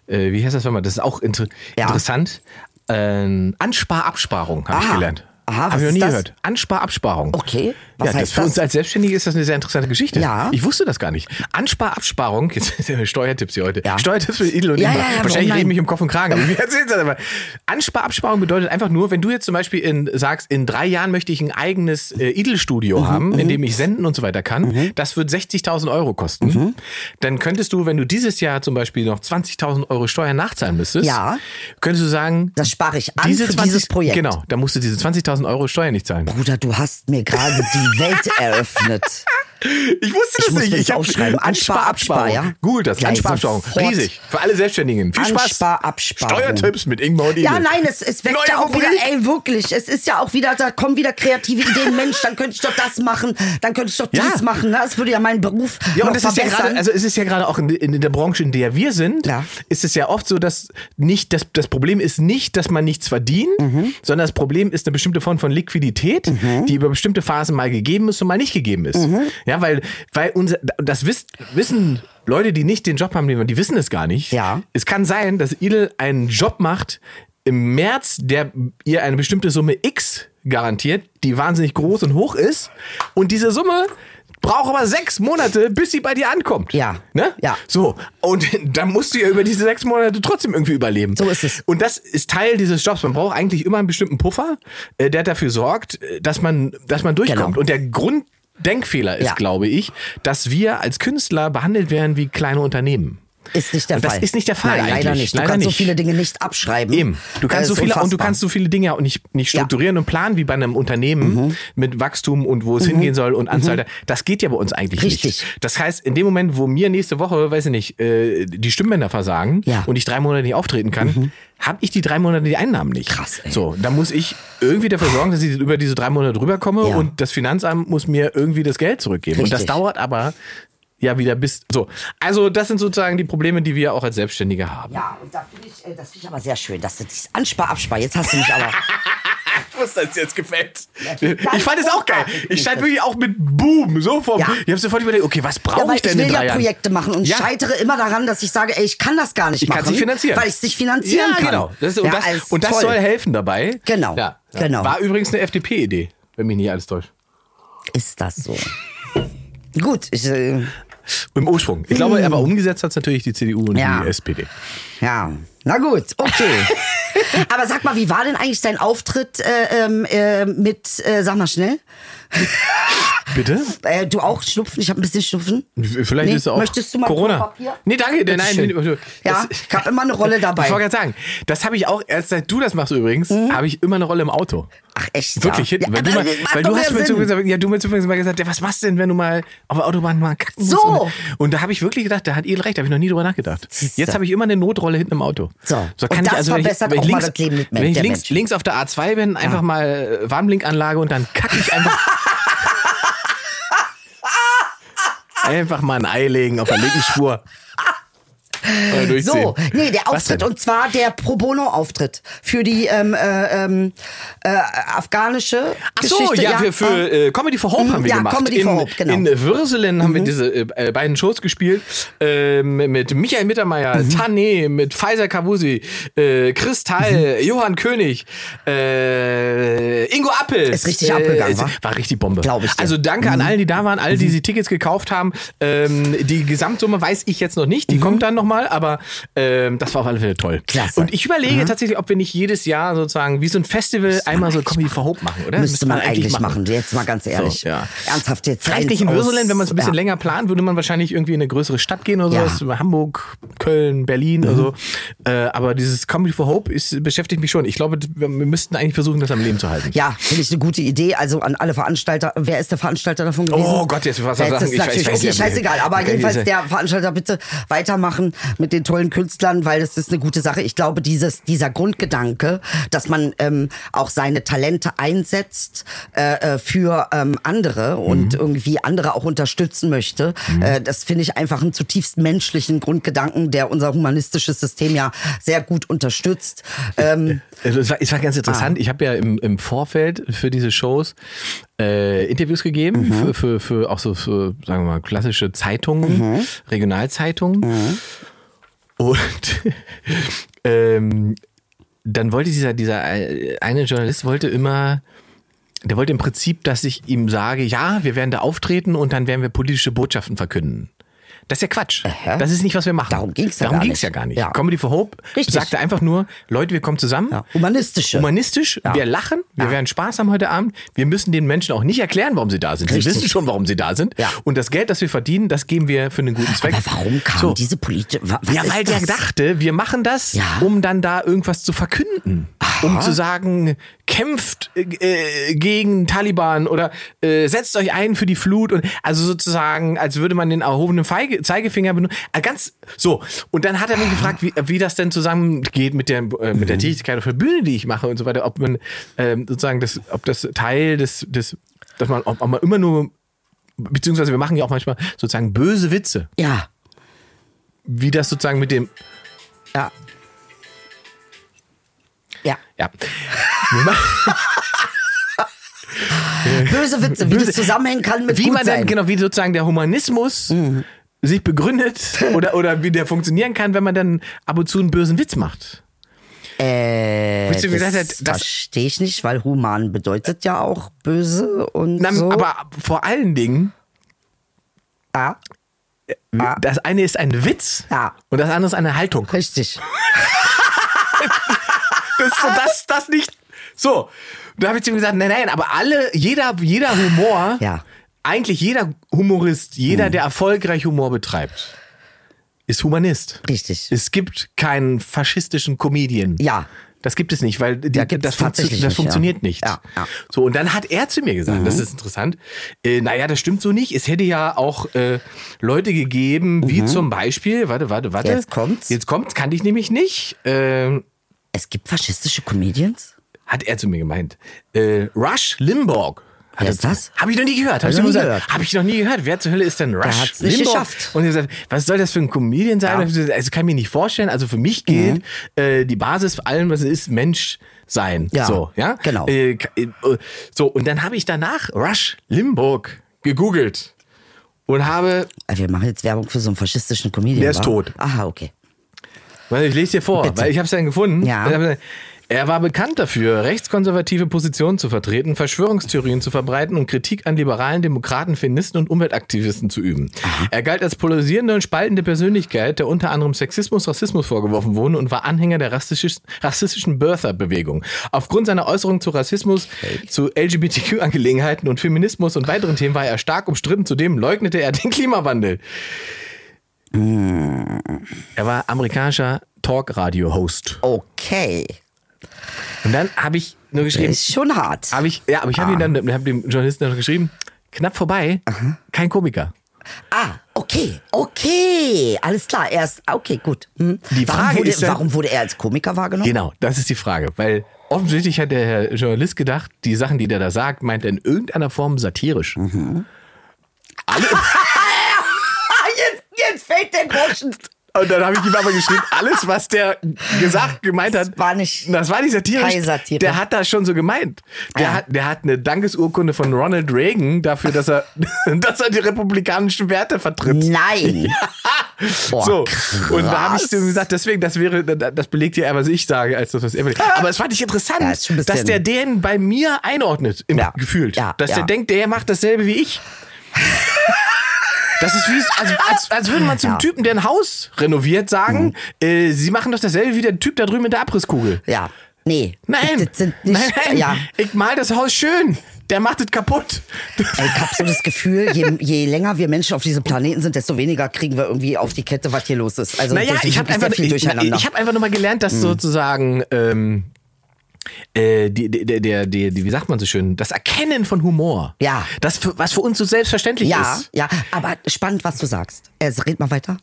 Speaker 2: äh, wie heißt das nochmal? Das ist auch inter
Speaker 4: Ja.
Speaker 2: interessant. Ähm, Anspar-Absparung habe ich
Speaker 4: Aha.
Speaker 2: gelernt.
Speaker 4: Aha,
Speaker 2: Hab
Speaker 4: was
Speaker 2: ich noch
Speaker 4: ist
Speaker 2: nie
Speaker 4: das?
Speaker 2: gehört. Anspar-Absparung.
Speaker 4: Okay, was
Speaker 2: ja, das
Speaker 4: heißt
Speaker 2: für
Speaker 4: das?
Speaker 2: uns als Selbstständige ist das eine sehr interessante Geschichte.
Speaker 4: Ja.
Speaker 2: Ich wusste das gar nicht. Anspar-Absparung, jetzt Steuertipps hier heute.
Speaker 4: Ja.
Speaker 2: Steuertipps für Idel und
Speaker 4: Ja,
Speaker 2: Ingmar.
Speaker 4: ja, ja, warum
Speaker 2: Wahrscheinlich
Speaker 4: nein?
Speaker 2: rede ich mich im Kopf und
Speaker 4: <laughs>
Speaker 2: Kragen. Aber wir erzählen das aber. Anspar-Absparung bedeutet einfach nur, wenn du jetzt zum Beispiel in, sagst, in drei Jahren möchte ich ein eigenes äh, Idel-Studio
Speaker 4: Mhm,
Speaker 2: haben, in dem ich senden und so weiter kann, das wird 60.000 Euro kosten,
Speaker 4: Mhm.
Speaker 2: dann könntest du, wenn du dieses Jahr zum Beispiel noch 20.000 Euro Steuern nachzahlen müsstest,
Speaker 4: Ja.
Speaker 2: könntest du sagen,
Speaker 4: Das spare ich an für dieses Projekt.
Speaker 2: Genau, da musst du diese 20.000 Euro Steuern nicht zahlen.
Speaker 4: Bruder, du hast mir gerade die
Speaker 2: <laughs>
Speaker 4: Welt eröffnet.
Speaker 2: Ich wusste das
Speaker 4: Ich muss
Speaker 2: nicht.
Speaker 4: mir das
Speaker 2: hab-
Speaker 4: aufschreiben.
Speaker 2: Anspar,
Speaker 4: Anspar,
Speaker 2: Absparung.
Speaker 4: Abspar, ja?
Speaker 2: Googelt das.
Speaker 4: Gleich
Speaker 2: Anspar, Absparung.
Speaker 4: sofort.
Speaker 2: Riesig. Für alle Selbstständigen. Viel Spaß.
Speaker 4: Anspar, Absparung.
Speaker 2: Steuertipps mit Ingmar und Igel.
Speaker 4: Ja, nein, es, es weckt
Speaker 2: Neue
Speaker 4: ja auch
Speaker 2: Rubrik.
Speaker 4: wieder, ey, wirklich. Es ist ja auch wieder, da kommen wieder kreative Ideen. Mensch, dann könnte ich doch das machen, dann könnte ich doch dies
Speaker 2: Ja.
Speaker 4: machen. ne? Das würde ja meinen Beruf
Speaker 2: Ja, und
Speaker 4: noch
Speaker 2: es ist ja
Speaker 4: verbessern.
Speaker 2: gerade, also es ist ja gerade auch in, in der Branche, in der wir sind,
Speaker 4: Ja.
Speaker 2: ist es ja oft so, dass nicht, das, das Problem ist nicht, dass man nichts verdient,
Speaker 4: Mhm.
Speaker 2: sondern das Problem ist eine bestimmte Form von Liquidität, die über bestimmte Phasen mal gegeben ist und mal nicht gegeben ist.
Speaker 4: Mhm.
Speaker 2: Ja, weil, weil unser, das wiss, wissen Leute, die nicht den Job haben, die- die wissen es gar nicht.
Speaker 4: Ja.
Speaker 2: Es kann sein, dass Idel einen Job macht im März, der ihr eine bestimmte Summe X garantiert, die wahnsinnig groß und hoch ist. Und diese Summe braucht aber sechs Monate, bis sie bei dir ankommt.
Speaker 4: Ja.
Speaker 2: Ne?
Speaker 4: Ja.
Speaker 2: So. Und <laughs> dann musst du ja über diese sechs Monate trotzdem irgendwie überleben.
Speaker 4: So ist es.
Speaker 2: Und das ist Teil dieses Jobs. Man braucht eigentlich immer einen bestimmten Puffer, äh, der dafür sorgt, äh, dass man, dass man durchkommt.
Speaker 4: Genau.
Speaker 2: Und der Grunddenkfehler ist,
Speaker 4: Ja.
Speaker 2: glaube ich, dass wir als Künstler behandelt werden wie kleine Unternehmen.
Speaker 4: ist nicht der
Speaker 2: Und das
Speaker 4: Fall.
Speaker 2: ist nicht der Fall
Speaker 4: Nein, leider
Speaker 2: eigentlich.
Speaker 4: nicht. Du
Speaker 2: Leider
Speaker 4: kannst
Speaker 2: nicht.
Speaker 4: so viele Dinge nicht abschreiben.
Speaker 2: Eben. Du kannst
Speaker 4: Äh,
Speaker 2: so
Speaker 4: ist
Speaker 2: viele und du
Speaker 4: unfassbar.
Speaker 2: kannst so viele Dinge auch nicht, nicht strukturieren und planen wie bei einem Unternehmen
Speaker 4: Mhm.
Speaker 2: mit Wachstum und wo es hingehen soll und Anzahl. der- Das geht ja bei uns eigentlich
Speaker 4: Richtig.
Speaker 2: nicht. Das heißt, in dem Moment, wo mir nächste Woche, weiß ich nicht, äh, die Stimmbänder versagen
Speaker 4: Ja. Mhm.
Speaker 2: und ich drei Monate nicht auftreten kann, habe ich die drei Monate die Einnahmen nicht.
Speaker 4: Krass, ey.
Speaker 2: So, da muss ich irgendwie dafür sorgen, dass ich über diese drei Monate rüberkomme
Speaker 4: Ja.
Speaker 2: und das Finanzamt muss mir irgendwie das Geld zurückgeben. Und das
Speaker 4: Richtig.
Speaker 2: dauert aber ja wieder bis so. Also, das sind sozusagen die Probleme, die wir auch als Selbstständige haben.
Speaker 4: Ja, und da finde ich, äh, das finde ich aber sehr schön, dass du dieses Anspar, Abspar, jetzt hast du mich
Speaker 2: <laughs>
Speaker 4: aber.
Speaker 2: was das jetzt gefällt.
Speaker 4: Ja,
Speaker 2: Ich fand es auch geil.
Speaker 4: großartig.
Speaker 2: Ich stand wirklich auch mit Boom, so vom.
Speaker 4: Ja.
Speaker 2: Ich habe sofort überlegt, okay, was
Speaker 4: Ja,
Speaker 2: brauche ich
Speaker 4: weil ich,
Speaker 2: denn in
Speaker 4: will ja
Speaker 2: drei Jahren?
Speaker 4: Projekte machen und
Speaker 2: Ja.
Speaker 4: scheitere immer daran, dass ich sage, ey, ich kann das gar nicht
Speaker 2: Ich
Speaker 4: machen.
Speaker 2: kann's nicht finanzieren.
Speaker 4: Weil ich es nicht finanzieren
Speaker 2: ja,
Speaker 4: kann.
Speaker 2: genau. Das, und
Speaker 4: Ja, alles
Speaker 2: das, und das
Speaker 4: toll.
Speaker 2: soll helfen dabei.
Speaker 4: Genau.
Speaker 2: Ja.
Speaker 4: Genau.
Speaker 2: War übrigens eine FDP-Idee, wenn mich nicht alles täuscht.
Speaker 4: Ist das so? <laughs> Gut, ich, äh,
Speaker 2: Im Ursprung. Ich glaube, aber umgesetzt hat es natürlich die CDU und
Speaker 4: Mm. Ja.
Speaker 2: die SPD.
Speaker 4: ja. Na gut, okay. <laughs> Aber sag mal, wie war denn eigentlich dein Auftritt äh, ähm, äh, mit, äh, sag mal schnell,
Speaker 2: Bitte?
Speaker 4: äh, du auch Schnupfen? Ich habe ein bisschen Schnupfen.
Speaker 2: Vielleicht
Speaker 4: Nee,
Speaker 2: ist auch
Speaker 4: möchtest du mal
Speaker 2: Corona.
Speaker 4: Klopapier?
Speaker 2: Nee, danke. Nein, nein,
Speaker 4: Bitteschön. Ja,
Speaker 2: das-
Speaker 4: ich habe immer eine Rolle dabei. Mhm.
Speaker 2: Ich wollte gerade sagen, das habe ich auch, erst seit du das machst übrigens, habe ich immer eine Rolle im Auto.
Speaker 4: Ach echt?
Speaker 2: Wirklich
Speaker 4: ja.
Speaker 2: hinten.
Speaker 4: ja,
Speaker 2: weil, du mal,
Speaker 4: aber das macht
Speaker 2: weil du
Speaker 4: doch
Speaker 2: hast
Speaker 4: mehr
Speaker 2: mir
Speaker 4: Sinn.
Speaker 2: zumindest, ja, du mir zumindest mal gesagt, ja, was machst du denn, wenn du mal auf der Autobahn mal kacken musst?
Speaker 4: So.
Speaker 2: Und, und da habe ich wirklich gedacht, da hat ihr recht, da habe ich noch nie drüber nachgedacht.
Speaker 4: Siehste.
Speaker 2: Jetzt habe ich immer eine Notrolle hinten im Auto.
Speaker 4: So. Und das
Speaker 2: also, wenn
Speaker 4: verbessert
Speaker 2: wenn
Speaker 4: auch mal das Leben mit
Speaker 2: Wenn ich
Speaker 4: der
Speaker 2: links,
Speaker 4: Menschen.
Speaker 2: links auf der A2 bin, einfach mal äh, Warnblinkanlage und dann kacke ich einfach.
Speaker 4: <laughs>
Speaker 2: einfach mal ein Ei legen auf der linken Spur. Äh, durchziehen.
Speaker 4: So, nee, der
Speaker 2: Was
Speaker 4: Auftritt
Speaker 2: denn?
Speaker 4: und zwar der Pro Bono Auftritt für die ähm, äh, ähm, äh, afghanische
Speaker 2: Ach so,
Speaker 4: Geschichte.
Speaker 2: ja, für, für äh, Comedy for Hope
Speaker 4: Mhm,
Speaker 2: haben wir
Speaker 4: ja,
Speaker 2: gemacht.
Speaker 4: Comedy
Speaker 2: in,
Speaker 4: for Hope, genau. Mhm.
Speaker 2: in äh, Würselen haben wir diese äh, äh, beiden Shows gespielt. Äh, mit Michael Mittermeier,
Speaker 4: Mhm.
Speaker 2: Tané, mit Pfizer Kabusi, äh, Kristall,
Speaker 4: Mhm.
Speaker 2: Johann König, äh, Ingo Appel. Äh,
Speaker 4: Ist richtig abgegangen,
Speaker 2: es
Speaker 4: wa?
Speaker 2: War richtig Bombe.
Speaker 4: Glaub ich dir. Mhm.
Speaker 2: Also danke an allen, die da waren, alle, die sich Tickets gekauft haben. Ähm, die Gesamtsumme weiß ich jetzt noch nicht, die kommt dann nochmal, aber ähm, das war auf alle Fälle toll.
Speaker 4: Mhm. Klasse. Mhm.
Speaker 2: Und ich überlege tatsächlich, ob wir nicht jedes Jahr sozusagen wie so ein Festival einmal so Comedy for Hope machen, oder?
Speaker 4: Ah, Müsste man eigentlich machen, jetzt mal ganz ehrlich.
Speaker 2: So, ja.
Speaker 4: Ernsthaft jetzt.
Speaker 2: Vielleicht
Speaker 4: eins
Speaker 2: nicht in
Speaker 4: aus-
Speaker 2: Würselen, wenn man es ein bisschen
Speaker 4: ja.
Speaker 2: länger plant, würde man wahrscheinlich irgendwie in eine größere Stadt gehen oder
Speaker 4: Ja. Mhm.
Speaker 2: sowas. Hamburg, Köln, Berlin oder so. Äh, aber dieses Comedy for Hope ist, beschäftigt mich schon. Ich glaube, wir müssten eigentlich versuchen, das am Leben zu halten.
Speaker 4: Ja, finde ich eine gute Idee. Also an alle Veranstalter. Wer ist der Veranstalter davon gewesen?
Speaker 2: Oh Gott, jetzt was
Speaker 4: Wer
Speaker 2: sagen?
Speaker 4: ist das
Speaker 2: Ich weiß-
Speaker 4: natürlich,
Speaker 2: ich weiß
Speaker 4: okay,
Speaker 2: nicht.
Speaker 4: scheißegal. Aber
Speaker 2: Okay,
Speaker 4: jedenfalls
Speaker 2: diese-
Speaker 4: der Veranstalter bitte weitermachen mit den tollen Künstlern, weil das ist eine gute Sache. Ich glaube, dieses, dieser Grundgedanke, dass man ähm, auch seine Talente einsetzt äh, äh, für ähm, andere
Speaker 2: Mhm.
Speaker 4: und irgendwie andere auch unterstützen möchte, äh, das finde ich einfach einen zutiefst menschlichen Grundgedanken, der unser humanistisches System ja sehr gut unterstützt.
Speaker 2: <laughs>
Speaker 4: Ähm,
Speaker 2: Also es war, es war ganz
Speaker 4: Ah.
Speaker 2: interessant. Ich habe ja im, im Vorfeld für diese Shows äh, Interviews
Speaker 4: Mhm.
Speaker 2: gegeben, für, für, für auch so für, sagen wir mal, klassische
Speaker 4: Mhm.
Speaker 2: Zeitungen, Regionalzeitungen. Und <laughs> ähm, dann wollte dieser, dieser äh, eine Journalist wollte immer der wollte im Prinzip, dass ich ihm sage, ja, wir werden da auftreten und dann werden wir politische Botschaften verkünden. Das ist ja Quatsch. Das ist nicht, was wir machen.
Speaker 4: Darum ging's ja
Speaker 2: Darum
Speaker 4: gar
Speaker 2: ging's
Speaker 4: nicht.
Speaker 2: ja gar nicht.
Speaker 4: Ja.
Speaker 2: Comedy for Hope
Speaker 4: Richtig.
Speaker 2: sagte einfach nur, Leute, wir kommen zusammen.
Speaker 4: Ja, humanistische.
Speaker 2: Humanistisch, wir lachen, wir werden Spaß haben heute Abend. Wir müssen den Menschen auch nicht erklären, warum sie da sind. Sie
Speaker 4: Richtig.
Speaker 2: wissen schon, warum sie da sind.
Speaker 4: Ja.
Speaker 2: Und das Geld, das wir verdienen, das geben wir für einen guten Zweck.
Speaker 4: aber warum kam
Speaker 2: So. halt
Speaker 4: diese politische... wa- Was
Speaker 2: Ja,
Speaker 4: ist
Speaker 2: weil
Speaker 4: das?
Speaker 2: der dachte, wir machen das,
Speaker 4: Ja.
Speaker 2: um dann da irgendwas zu verkünden. Um zu sagen, kämpft äh, äh, gegen Taliban oder äh, setzt euch ein für die Flut. und Also sozusagen, als würde man den erhobenen Feige, Zeigefinger benutzen. Ah, ganz so. Und dann hat er mich gefragt, wie, wie das denn zusammengeht mit der, äh, mit
Speaker 4: Mhm.
Speaker 2: der Tätigkeit auf der Bühne, die ich mache und so weiter. Ob man ähm, sozusagen das, ob das Teil des, des dass man, ob, ob man immer nur, beziehungsweise wir machen ja auch manchmal sozusagen böse Witze.
Speaker 4: Ja,
Speaker 2: Wie das sozusagen mit dem
Speaker 4: ja. Ja,
Speaker 2: Ja. Wir machen-
Speaker 4: böse Witze, wie
Speaker 2: Böse-
Speaker 4: das zusammenhängen kann mit
Speaker 2: wie
Speaker 4: gut
Speaker 2: man
Speaker 4: sein.
Speaker 2: dann, genau, wie sozusagen der Humanismus sich <laughs> begründet oder, oder wie der funktionieren kann, wenn man dann ab und zu einen bösen Witz macht.
Speaker 4: äh,
Speaker 2: Wisst ihr, wie gesagt,
Speaker 4: das
Speaker 2: das- das-
Speaker 4: verstehe ich nicht, weil human bedeutet ja auch böse und
Speaker 2: Na,
Speaker 4: so.
Speaker 2: Aber vor allen Dingen,
Speaker 4: ja,
Speaker 2: das eine ist ein Witz
Speaker 4: Ja.
Speaker 2: und das andere ist eine Haltung.
Speaker 4: richtig.
Speaker 2: <laughs> Das, ist so, das, das nicht. So, da habe ich zu ihm gesagt, nein, nein, aber alle, jeder, jeder Humor,
Speaker 4: Ja.
Speaker 2: eigentlich jeder Humorist, jeder, der erfolgreich Humor betreibt, ist Humanist.
Speaker 4: Richtig.
Speaker 2: Es gibt keinen faschistischen Comedian.
Speaker 4: Ja.
Speaker 2: Das gibt es nicht, weil die,
Speaker 4: Ja, gibt's
Speaker 2: das, funktio-
Speaker 4: tatsächlich
Speaker 2: das
Speaker 4: nicht,
Speaker 2: funktioniert
Speaker 4: ja.
Speaker 2: nicht.
Speaker 4: Ja, ja. Mhm.
Speaker 2: So, und dann hat er zu mir gesagt, das ist interessant, äh, naja, das stimmt so nicht. Es hätte ja auch äh, Leute gegeben, wie zum Beispiel, warte, warte, warte.
Speaker 4: Mhm. Jetzt kommt's.
Speaker 2: Jetzt kommt's, kannte ich nämlich nicht. Ähm,
Speaker 4: Es gibt faschistische Comedians?
Speaker 2: hat er zu mir gemeint. Äh, Rush Limburg.
Speaker 4: Wer ist das?
Speaker 2: Habe ich noch nie gehört. Habe ich,
Speaker 4: Hab ich
Speaker 2: nur
Speaker 4: noch nie
Speaker 2: gesagt. Hab ich noch nie gehört. Wer zur Hölle ist denn Rush
Speaker 4: hat's nicht geschafft.
Speaker 2: Und ich gesagt, was soll das für ein Comedian sein? Also kann ich mir nicht vorstellen. Also für mich gilt äh, die Basis für allem, was es ist, Mensch sein.
Speaker 4: Ja,
Speaker 2: so, ja?
Speaker 4: genau.
Speaker 2: Äh, k- äh, so, und dann habe ich danach Rush Limburg gegoogelt und habe,
Speaker 4: Äh, Wir machen jetzt Werbung für so einen faschistischen Comedian.
Speaker 2: Der ist
Speaker 4: wa?
Speaker 2: tot.
Speaker 4: Aha, okay.
Speaker 2: weil ich lese dir vor,
Speaker 4: Bitte.
Speaker 2: weil ich habe es dann gefunden.
Speaker 4: Ja.
Speaker 2: Ich hab's- Er war bekannt dafür, rechtskonservative Positionen zu vertreten, Verschwörungstheorien zu verbreiten und Kritik an liberalen Demokraten, Feministen und Umweltaktivisten zu üben. Er galt als polarisierende und spaltende Persönlichkeit, der unter anderem Sexismus, Rassismus vorgeworfen wurde und war Anhänger der rassistisch, rassistischen Birther-Bewegung. Aufgrund seiner Äußerungen zu Rassismus, zu LGBTQ-Angelegenheiten und Feminismus und weiteren Themen war er stark umstritten. Zudem leugnete er den Klimawandel. Er war amerikanischer Talkradio-Host.
Speaker 4: Okay.
Speaker 2: Und dann habe ich nur geschrieben,
Speaker 4: Ist schon hart.
Speaker 2: habe ich, ja, aber ich habe ihn dann, habe dem Journalisten dann geschrieben, knapp vorbei, kein Komiker.
Speaker 4: Ah, okay, okay. Alles klar, er ist, okay, gut. Hm.
Speaker 2: Die
Speaker 4: warum,
Speaker 2: Frage
Speaker 4: wurde,
Speaker 2: ist ja-
Speaker 4: warum wurde er als Komiker wahrgenommen?
Speaker 2: Genau, das ist die Frage, weil offensichtlich hat der Herr Journalist gedacht, die Sachen, die der da sagt, meint er in irgendeiner Form satirisch.
Speaker 4: Ah, jetzt, jetzt fällt der Groschen.
Speaker 2: <laughs> Und dann habe ich ihm aber geschrieben, alles, was der gesagt, gemeint hat.
Speaker 4: Das war nicht-
Speaker 2: Das war nicht satirisch.
Speaker 4: keine Satire.
Speaker 2: Der hat das schon so gemeint. Der,
Speaker 4: Ja.
Speaker 2: hat, der hat eine Dankesurkunde von Ronald Reagan dafür, dass er, <laughs> dass er die republikanischen Werte vertritt.
Speaker 4: Nein. Boah,
Speaker 2: so. Und da habe ich
Speaker 4: krass.
Speaker 2: zu ihm gesagt, deswegen, das wäre, das belegt ja eher, was ich sage, als das, was er belegt. Aber es fand ich interessant,
Speaker 4: Ah. Ja, ist schon ein bisschen-
Speaker 2: dass der den bei mir einordnet, im
Speaker 4: Ja.
Speaker 2: gefühlt.
Speaker 4: Ja,
Speaker 2: dass
Speaker 4: ja.
Speaker 2: der denkt, der macht dasselbe wie ich. Das ist wie, als, als, als würde man zum
Speaker 4: Ja. Mhm.
Speaker 2: Typen, der ein Haus renoviert, sagen, äh, sie machen doch dasselbe wie der Typ da drüben in der Abrisskugel.
Speaker 4: Ja. Nee.
Speaker 2: Nein,
Speaker 4: Das sind nicht,
Speaker 2: nein, nein,
Speaker 4: Ja.
Speaker 2: ich mal das Haus schön, der macht es
Speaker 4: <laughs>
Speaker 2: kaputt.
Speaker 4: Ey, Ich habe so das Gefühl, je, je länger wir Menschen auf diesem Planeten sind, desto weniger kriegen wir irgendwie auf die Kette, was hier los ist. Also
Speaker 2: Naja,
Speaker 4: das ist
Speaker 2: ich habe
Speaker 4: wirklich sehr
Speaker 2: einfach,
Speaker 4: viel
Speaker 2: ich,
Speaker 4: durcheinander. Hm.
Speaker 2: ich hab einfach nur mal gelernt, dass sozusagen ähm, äh, die, die, der, der, der, die, wie sagt man so schön, das Erkennen von Humor.
Speaker 4: Ja.
Speaker 2: Das, für, was für uns so selbstverständlich
Speaker 4: ja,
Speaker 2: ist.
Speaker 4: ja, aber spannend, was du sagst. Äh, red mal weiter.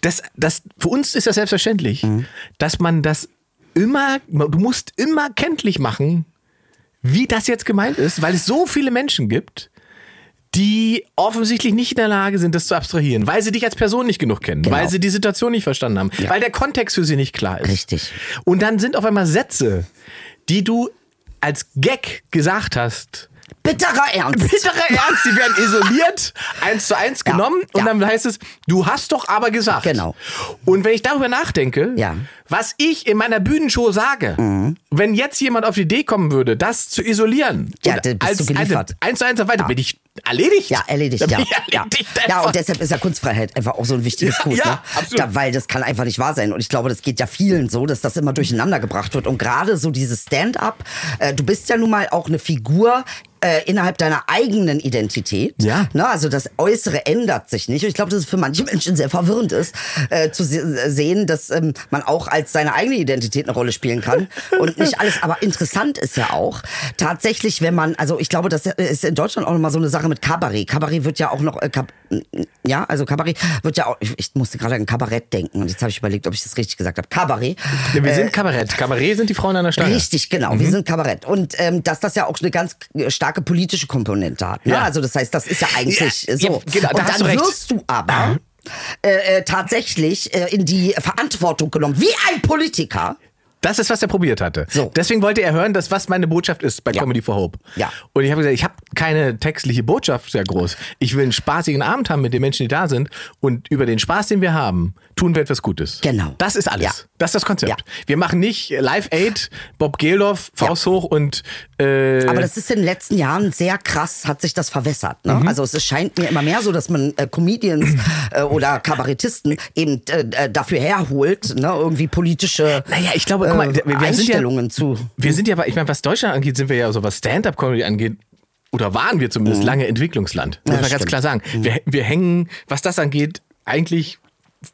Speaker 2: Das, das, für uns ist das selbstverständlich, dass man das immer, du musst immer kenntlich machen, wie das jetzt gemeint ist, weil es so viele Menschen gibt, die offensichtlich nicht in der Lage sind, das zu abstrahieren, weil sie dich als Person nicht genug kennen, weil sie die Situation nicht verstanden haben, weil der Kontext für sie nicht klar ist.
Speaker 4: Richtig.
Speaker 2: Und dann sind auf einmal Sätze, die du als Gag gesagt hast,
Speaker 4: Bitterer
Speaker 2: <laughs>
Speaker 4: Ernst.
Speaker 2: bitterer Ernst, die werden isoliert, eins zu eins
Speaker 4: Ja,
Speaker 2: genommen und
Speaker 4: ja.
Speaker 2: dann heißt es, du hast doch aber gesagt.
Speaker 4: Genau.
Speaker 2: Und wenn ich darüber nachdenke,
Speaker 4: Ja. Mhm.
Speaker 2: was ich in meiner Bühnenshow sage, wenn jetzt jemand auf die Idee kommen würde, das zu isolieren,
Speaker 4: Ja,
Speaker 2: und
Speaker 4: dann bist du geliefert.
Speaker 2: Eine, eins zu eins weiter, bin ich erledigt.
Speaker 4: Ja, erledigt,
Speaker 2: Dann
Speaker 4: ja.
Speaker 2: bin ich
Speaker 4: Ja.
Speaker 2: <laughs> erledigt
Speaker 4: ja,
Speaker 2: einfach.
Speaker 4: und deshalb ist ja Kunstfreiheit einfach auch so ein wichtiges
Speaker 2: Ja,
Speaker 4: Gut,
Speaker 2: ja,
Speaker 4: ne?
Speaker 2: absolut.
Speaker 4: Da, weil das kann einfach nicht wahr sein. Und ich glaube, das geht ja vielen so, dass das immer durcheinander gebracht wird. Und gerade so dieses Stand-up, äh, du bist ja nun mal auch eine Figur äh, innerhalb deiner eigenen Identität.
Speaker 2: Ja.
Speaker 4: Ne? Also das Äußere ändert sich nicht. Und ich glaube, dass es für manche Menschen sehr verwirrend ist, äh, zu se sehen, dass ähm, man auch als seine eigene Identität eine Rolle spielen kann. und nicht alles. Aber interessant ist ja auch, tatsächlich, wenn man, also ich glaube, das ist in Deutschland auch nochmal so eine Sache mit Kabarett. Kabarett wird ja auch noch, äh, Kab ja, also Kabarett wird ja auch, ich, ich musste gerade an Kabarett denken und jetzt habe ich überlegt, ob ich das richtig gesagt habe. Kabarett.
Speaker 2: Nee, wir sind Kabarett. Kabarett sind die Frauen an der Stange.
Speaker 4: äh, Richtig, genau.
Speaker 2: Mhm.
Speaker 4: Wir sind Kabarett. Und ähm, dass das ja auch eine ganz äh, starke politische Komponente hat. Ne?
Speaker 2: Ja.
Speaker 4: Also das heißt, das ist ja eigentlich
Speaker 2: Ja,
Speaker 4: so.
Speaker 2: ja, genau, da
Speaker 4: Und
Speaker 2: hast
Speaker 4: dann
Speaker 2: du recht.
Speaker 4: wirst du aber äh, äh, tatsächlich äh, in die Verantwortung genommen, wie ein Politiker.
Speaker 2: Das ist, was er probiert hatte.
Speaker 4: So.
Speaker 2: Deswegen wollte er hören, dass was meine Botschaft ist bei Comedy for Hope.
Speaker 4: Ja.
Speaker 2: Und ich habe gesagt, ich habe keine textliche Botschaft sehr groß. Ich will einen spaßigen Abend haben mit den Menschen, die da sind. Und über den Spaß, den wir haben, tun wir etwas Gutes.
Speaker 4: Genau.
Speaker 2: Das ist alles.
Speaker 4: Ja.
Speaker 2: Das ist das Konzept.
Speaker 4: Ja.
Speaker 2: Wir machen nicht Live Aid, Bob Geldof, Faust hoch und äh,
Speaker 4: Aber das ist in den letzten Jahren sehr krass, hat sich das verwässert. Ne?
Speaker 2: Mhm.
Speaker 4: Also es scheint mir immer mehr so, dass man äh, Comedians äh, oder Kabarettisten eben äh, äh, dafür herholt, ne? irgendwie politische
Speaker 2: Naja, ich glaube, guck mal, wir- wir sind ja-
Speaker 4: Einstellungen zu.
Speaker 2: Wir sind ja, aber ich meine, was Deutschland angeht, sind wir ja so, was Stand-up-Comedy angeht, oder waren wir zumindest lange Entwicklungsland. Muss
Speaker 4: Mhm. Ja,
Speaker 2: man ganz
Speaker 4: stimmt. Mhm.
Speaker 2: klar sagen. Wir, wir hängen, was das angeht, eigentlich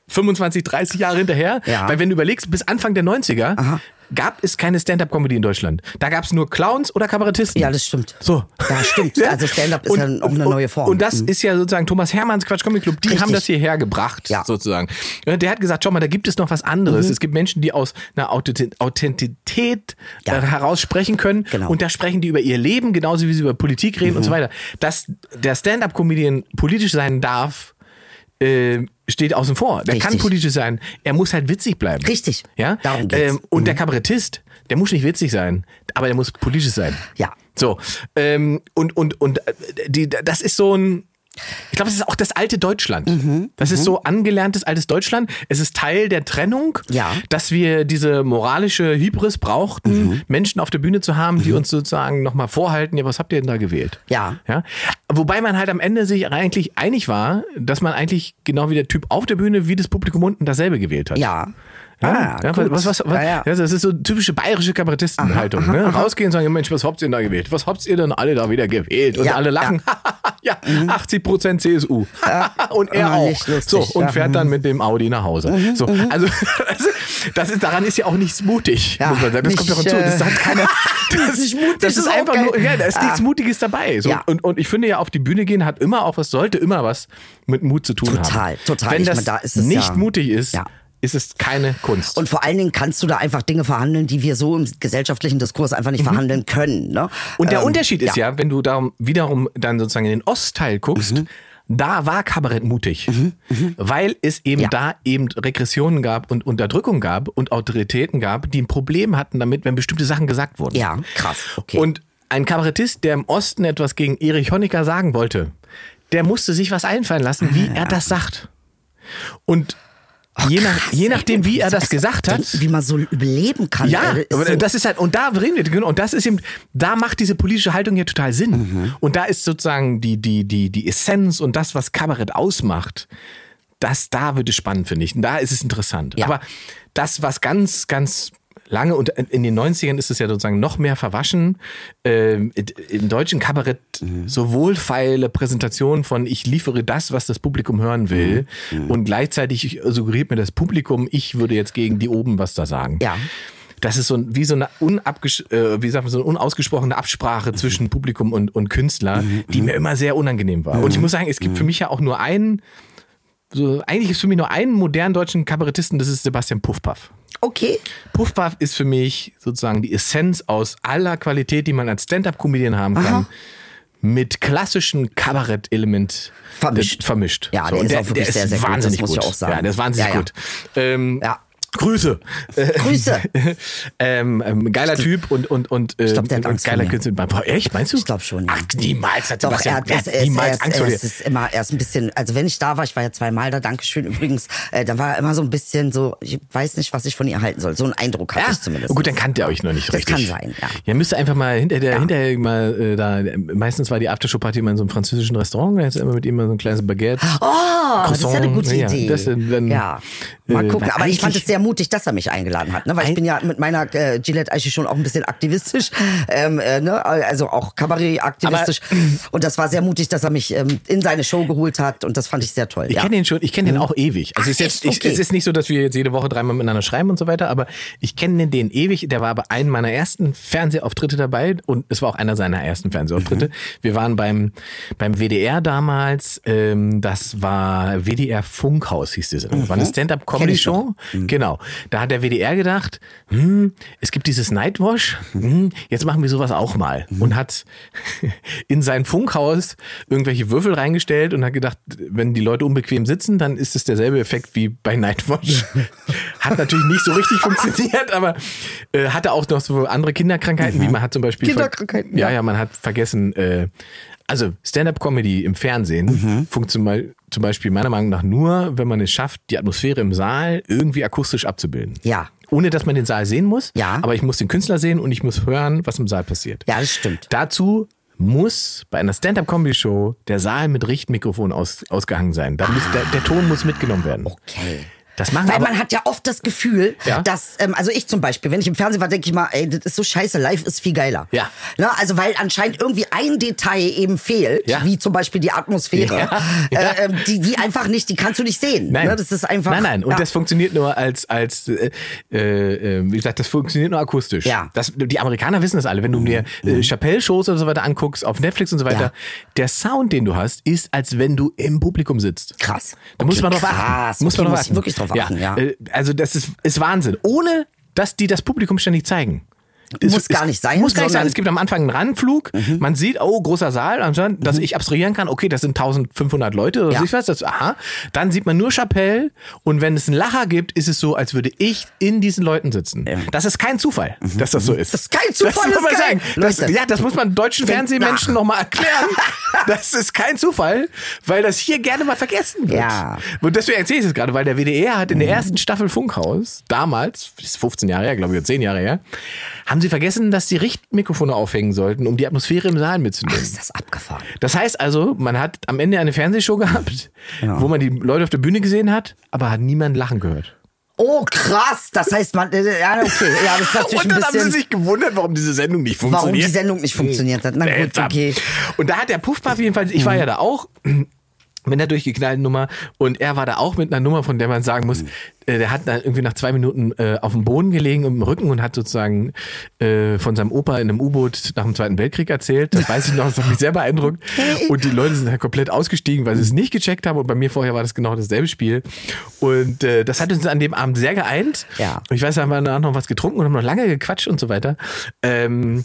Speaker 2: 25, 30 Jahre hinterher.
Speaker 4: Ja.
Speaker 2: Weil wenn du überlegst, bis Anfang der 90er gab es keine Stand-up-Comedy in Deutschland. Da gab es nur Clowns oder Kabarettisten.
Speaker 4: Ja, das stimmt.
Speaker 2: So. <laughs>
Speaker 4: Ja, stimmt. Also Stand-up ist
Speaker 2: ne? Und-
Speaker 4: dann auch eine
Speaker 2: und-
Speaker 4: neue Form. Mhm.
Speaker 2: Und das ist ja sozusagen Thomas Hermanns Quatsch Comedy Club, die
Speaker 4: Richtig.
Speaker 2: haben das hierher gebracht,
Speaker 4: Ja. Mhm.
Speaker 2: sozusagen. Ja, Der hat gesagt, schau mal, da gibt es noch was anderes. Es gibt Menschen, die aus einer Authentiz- Authentität
Speaker 4: Ja.
Speaker 2: äh, heraus sprechen können
Speaker 4: Genau. Mhm.
Speaker 2: und da sprechen die über ihr Leben, genauso wie sie über Politik reden und so weiter. Dass der Stand-Up-Comedian politisch sein darf, äh, steht außen vor. Der kann
Speaker 4: Richtig.
Speaker 2: politisch sein, er muss halt witzig bleiben.
Speaker 4: Richtig.
Speaker 2: Ja?
Speaker 4: Darum geht's.
Speaker 2: Ähm, und der Kabarettist, der muss nicht witzig sein, aber der muss politisch sein.
Speaker 4: Ja.
Speaker 2: So. Ähm, und, und, und äh, die, das ist so ein. Ich glaube, es ist auch das alte Deutschland.
Speaker 4: Mhm.
Speaker 2: das ist so angelerntes altes Deutschland. Es ist Teil der Trennung,
Speaker 4: Ja.
Speaker 2: dass wir diese moralische Hybris brauchten,
Speaker 4: Mhm.
Speaker 2: Menschen auf der Bühne zu haben, die uns sozusagen nochmal vorhalten, ja, was habt ihr denn da gewählt?
Speaker 4: Ja.
Speaker 2: ja. Wobei man halt am Ende sich eigentlich einig war, dass man eigentlich genau wie der Typ auf der Bühne, wie das Publikum unten dasselbe gewählt hat.
Speaker 4: Ja.
Speaker 2: Ja,
Speaker 4: Ah,
Speaker 2: ja,
Speaker 4: gut.
Speaker 2: was, was, was,
Speaker 4: Ja, ja.
Speaker 2: ja, Das ist so typische bayerische Kabarettistenhaltung. Ne? Rausgehen und sagen, Mensch, was habt ihr denn da gewählt? Was habt ihr denn alle da wieder gewählt? Und
Speaker 4: Ja,
Speaker 2: alle lachen. <laughs> Ja, 80 Prozent CSU. <laughs> und er
Speaker 4: Ah,
Speaker 2: auch.
Speaker 4: nicht lustig,
Speaker 2: so, und
Speaker 4: ja. Mhm.
Speaker 2: fährt dann mit dem Audi nach Hause. So, also <laughs> das ist, daran ist ja auch nichts mutig,
Speaker 4: Ja,
Speaker 2: muss man sagen. Das
Speaker 4: nicht,
Speaker 2: kommt doch hinzu.
Speaker 4: äh, <laughs>
Speaker 2: Das sagt keiner.
Speaker 4: Das ist nicht mutig,
Speaker 2: <laughs> Das
Speaker 4: das
Speaker 2: ist
Speaker 4: ist auch
Speaker 2: einfach
Speaker 4: geil.
Speaker 2: nur, ja, da ist nichts
Speaker 4: Ah.
Speaker 2: Mutiges dabei. So,
Speaker 4: Ja.
Speaker 2: und, und ich finde ja, auf die Bühne gehen hat immer auch was, sollte immer was mit Mut zu tun haben.
Speaker 4: Total, total.
Speaker 2: Wenn
Speaker 4: Ich
Speaker 2: das
Speaker 4: meine, da ist es
Speaker 2: nicht
Speaker 4: ja-
Speaker 2: mutig ist,
Speaker 4: Ja.
Speaker 2: ist es keine Kunst.
Speaker 4: Und vor allen Dingen kannst du da einfach Dinge verhandeln, die wir so im gesellschaftlichen Diskurs einfach nicht verhandeln können. Ne?
Speaker 2: Mhm. Und der
Speaker 4: Ähm, Mhm.
Speaker 2: Unterschied ist ja, wenn du darum wiederum dann sozusagen in den Ostteil guckst, da war Kabarett mutig, weil es eben
Speaker 4: Ja.
Speaker 2: da eben Regressionen gab und Unterdrückung gab und Autoritäten gab, die ein Problem hatten damit, wenn bestimmte Sachen gesagt wurden.
Speaker 4: Ja, krass, okay.
Speaker 2: Und ein Kabarettist, der im Osten etwas gegen Erich Honecker sagen wollte, der musste sich was einfallen lassen, wie
Speaker 4: Ah,
Speaker 2: er das sagt. Und
Speaker 4: Oh,
Speaker 2: je, nach, je nachdem, wie er das gesagt hat,
Speaker 4: Wie man so überleben kann.
Speaker 2: ja,
Speaker 4: Äh,
Speaker 2: aber
Speaker 4: so-
Speaker 2: das ist halt, und da reden wir, genau, und das ist eben, da macht diese politische Haltung hier total Sinn.
Speaker 4: Mhm.
Speaker 2: Und da ist sozusagen die, die, die, die Essenz und das, was Kabarett ausmacht, das, da wird es spannend, finde ich. Und da ist es interessant.
Speaker 4: Ja.
Speaker 2: Aber das, was ganz, ganz lange, und in den 90ern ist es ja sozusagen noch mehr verwaschen, ähm, im deutschen Kabarett
Speaker 4: Mhm.
Speaker 2: so wohlfeile Präsentationen von ich liefere das, was das Publikum hören will
Speaker 4: Mhm.
Speaker 2: und gleichzeitig suggeriert mir das Publikum, ich würde jetzt gegen die oben was da sagen.
Speaker 4: Ja.
Speaker 2: Das ist so ein, wie so eine, unabges äh, wie sagt man, so eine unausgesprochene
Speaker 4: Mhm.
Speaker 2: Absprache zwischen Publikum und, und Künstler, die mir immer sehr unangenehm war. Und
Speaker 4: Mhm.
Speaker 2: ich muss sagen, es gibt für mich ja auch nur einen, so, eigentlich ist für mich nur einen modernen deutschen Kabarettisten, das ist Sebastian Puffpaff.
Speaker 4: okay.
Speaker 2: Puffpuff ist für mich sozusagen die Essenz aus aller Qualität, die man als Stand-up-Comedian haben kann. Mit klassischen Kabarett-Element
Speaker 4: Vermischt.
Speaker 2: äh, vermischt.
Speaker 4: Ja, der
Speaker 2: und
Speaker 4: ist auch wirklich sehr, sehr gut,
Speaker 2: wahnsinnig
Speaker 4: das muss
Speaker 2: gut.
Speaker 4: ich auch sagen.
Speaker 2: Ja, der ist wahnsinnig
Speaker 4: Ja, ja.
Speaker 2: gut. Ähm,
Speaker 4: Ja.
Speaker 2: Grüße.
Speaker 4: Grüße.
Speaker 2: <laughs> ähm, ähm, geiler Typ und, und, und, äh,
Speaker 4: Ich glaub, der hat
Speaker 2: und
Speaker 4: Angst vor
Speaker 2: geiler
Speaker 4: mir.
Speaker 2: Künstler. Boah, Echt, meinst du?
Speaker 4: Ich glaub schon, ja.
Speaker 2: Ach, niemals hat
Speaker 4: Doch, er
Speaker 2: Sebastian
Speaker 4: hat er,
Speaker 2: er hat
Speaker 4: er,
Speaker 2: niemals
Speaker 4: er,
Speaker 2: Angst
Speaker 4: er,
Speaker 2: vor dir.
Speaker 4: es ist immer, er ist ein bisschen, also wenn ich da war, ich war ja zweimal da, Dankeschön übrigens, äh, dann war er immer so ein bisschen so, ich weiß nicht, was ich von ihr halten soll. So einen Eindruck hatte
Speaker 2: Ja,
Speaker 4: ich zumindest.
Speaker 2: gut, dann kannte er euch noch nicht
Speaker 4: Das
Speaker 2: richtig.
Speaker 4: kann sein, ja.
Speaker 2: Ja, müsst ihr einfach mal hinter der, hinterher mal äh, da, meistens war die Aftershow-Party immer in so einem französischen Restaurant, da ist immer mit ihm mal so ein kleines Baguette.
Speaker 4: Oh, das ist ja eine
Speaker 2: Croissant,
Speaker 4: gute
Speaker 2: ja,
Speaker 4: Idee.
Speaker 2: das, äh, dann,
Speaker 4: ja.
Speaker 2: äh,
Speaker 4: Mal gucken,
Speaker 2: weil
Speaker 4: aber ich fand
Speaker 2: eigentlich-
Speaker 4: es sehr mutig, dass er mich eingeladen hat, ne? weil ich bin ja mit meiner äh, Gillette eigentlich schon auch ein bisschen aktivistisch, ähm, äh, ne? also auch Kabarett-aktivistisch. Und das war sehr mutig, dass er mich ähm, in seine Show geholt hat und das fand ich sehr toll.
Speaker 2: Ich
Speaker 4: ja. Hm.
Speaker 2: kenne den schon, ich kenne den auch ewig. Also es ist jetzt,
Speaker 4: echt?
Speaker 2: ich,
Speaker 4: Okay.
Speaker 2: es ist nicht so, dass wir jetzt jede Woche dreimal miteinander schreiben und so weiter, aber ich kenne den ewig. Der war aber einen meiner ersten Fernsehauftritte dabei und es war auch einer seiner ersten
Speaker 4: Mhm.
Speaker 2: Fernsehauftritte. Wir waren beim, beim WDR damals, ähm, das war WDR Funkhaus hieß die Sendung.
Speaker 4: Mhm.
Speaker 2: War eine Stand-Up-Comedy-Show. Genau. Da hat der WDR gedacht, hm, es gibt dieses Nightwash, hm, jetzt machen wir sowas auch mal. Und hat <laughs> in sein Funkhaus irgendwelche Würfel reingestellt und hat gedacht, wenn die Leute unbequem sitzen, dann ist es derselbe Effekt wie bei Nightwatch. hat natürlich nicht so richtig funktioniert, aber äh, hatte auch noch so andere Kinderkrankheiten, wie man hat zum Beispiel. ver-
Speaker 4: Kinderkrankheiten,
Speaker 2: Ja,
Speaker 4: ja.
Speaker 2: ja, man hat vergessen, äh, also Stand-up-Comedy im Fernsehen
Speaker 4: Mhm.
Speaker 2: funktioniert zum Beispiel meiner Meinung nach nur, wenn man es schafft, die Atmosphäre im Saal irgendwie akustisch abzubilden.
Speaker 4: Ja.
Speaker 2: Ohne dass man den Saal sehen muss.
Speaker 4: Ja.
Speaker 2: Aber ich muss den Künstler sehen und ich muss hören, was im Saal passiert.
Speaker 4: Ja, das stimmt.
Speaker 2: Dazu muss bei einer Stand-Up-Comedy-Show der Saal mit Richtmikrofon aus, ausgehangen sein. Da muss, der, der Ton muss mitgenommen werden.
Speaker 4: Okay.
Speaker 2: Das machen
Speaker 4: Weil
Speaker 2: aber,
Speaker 4: man hat ja oft das Gefühl,
Speaker 2: Ja.
Speaker 4: dass, ähm, also ich zum Beispiel, wenn ich im Fernsehen war, denke ich mal, ey, das ist so scheiße, live ist viel geiler.
Speaker 2: Ja.
Speaker 4: Ne? Also weil anscheinend irgendwie ein Detail eben fehlt,
Speaker 2: Ja.
Speaker 4: wie zum Beispiel die Atmosphäre,
Speaker 2: Ja.
Speaker 4: Äh, ähm, die, die einfach nicht, die kannst du nicht sehen.
Speaker 2: Nein.
Speaker 4: Ne? Das ist einfach.
Speaker 2: Nein, nein. Und
Speaker 4: ja.
Speaker 2: das funktioniert nur als, als äh, äh, äh, wie gesagt, das funktioniert nur akustisch.
Speaker 4: Ja. Mhm.
Speaker 2: Das, die Amerikaner wissen das alle. Wenn du dir äh, Chappelle-Shows oder so weiter anguckst, auf Netflix und so weiter,
Speaker 4: Ja.
Speaker 2: der Sound, den du hast, ist, als wenn du im Publikum sitzt.
Speaker 4: Krass.
Speaker 2: Da muss man drauf
Speaker 4: krass.
Speaker 2: achten. Muss man drauf
Speaker 4: Okay, muss ich
Speaker 2: achten.
Speaker 4: wirklich drauf achten, ja.
Speaker 2: Äh, Also das ist, ist Wahnsinn. Ohne, dass die das Publikum ständig zeigen. Es-
Speaker 4: Muss
Speaker 2: es-
Speaker 4: gar nicht sein,
Speaker 2: Muss gar nicht sein.
Speaker 4: sondern-
Speaker 2: Es gibt am Anfang einen Randflug.
Speaker 4: Mhm.
Speaker 2: Man sieht, oh, großer Saal. Anscheinend, dass ich abstrahieren kann, okay, das sind 1500 Leute oder
Speaker 4: Ja.
Speaker 2: so, ich weiß das. Aha. Dann sieht man nur Chapelle. Und wenn es einen Lacher gibt, ist es so, als würde ich in diesen Leuten sitzen. Das ist kein Zufall, dass das so ist.
Speaker 4: Mhm. Das ist kein Zufall,
Speaker 2: Das muss
Speaker 4: das
Speaker 2: man
Speaker 4: ist
Speaker 2: sagen.
Speaker 4: geil.
Speaker 2: Das,
Speaker 4: Leute.
Speaker 2: ja, das muss man deutschen
Speaker 4: Denkt
Speaker 2: Fernsehmenschen
Speaker 4: nach.
Speaker 2: nochmal
Speaker 4: <laughs>
Speaker 2: erklären. das ist kein Zufall, weil das hier gerne mal vergessen wird.
Speaker 4: Ja.
Speaker 2: Und deswegen erzähle ich es gerade, weil der WDR hat in der ersten Staffel Funkhaus, damals, das ist 15 Jahre her, glaube ich, oder 10 Jahre her, haben sie vergessen, dass sie Richtmikrofone aufhängen sollten, um die Atmosphäre im Saal mitzunehmen.
Speaker 4: Ist das abgefahren?
Speaker 2: Das heißt also, man hat am Ende eine Fernsehshow gehabt, wo man die Leute auf der Bühne gesehen hat, aber hat niemand lachen gehört.
Speaker 4: Oh, krass. Das heißt, man, äh, ja, okay. Ja,
Speaker 2: <laughs>
Speaker 4: das ist natürlich
Speaker 2: Und dann
Speaker 4: ein
Speaker 2: haben sie
Speaker 4: bisschen,
Speaker 2: sich gewundert, warum diese Sendung nicht funktioniert.
Speaker 4: warum die Sendung nicht funktioniert hat. Na gut,
Speaker 2: Seltsam.
Speaker 4: okay. Mhm.
Speaker 2: Und da hat der Puffpuff jedenfalls, ich war ja da auch <clears throat> mit einer durchgeknallten Nummer und er war da auch mit einer Nummer, von der man sagen muss, äh, der hat dann irgendwie nach zwei Minuten äh, auf dem Boden gelegen und im Rücken und hat sozusagen äh, von seinem Opa in einem U-Boot nach dem Zweiten Weltkrieg erzählt. Das weiß ich noch, das hat mich sehr beeindruckt. Und die Leute sind halt komplett ausgestiegen, weil sie es nicht gecheckt haben und bei mir vorher war das genau dasselbe Spiel. Und äh, das hat uns an dem Abend sehr geeint.
Speaker 4: Ja.
Speaker 2: Ich weiß, da haben wir danach noch was getrunken und haben noch lange gequatscht und so weiter. Ähm,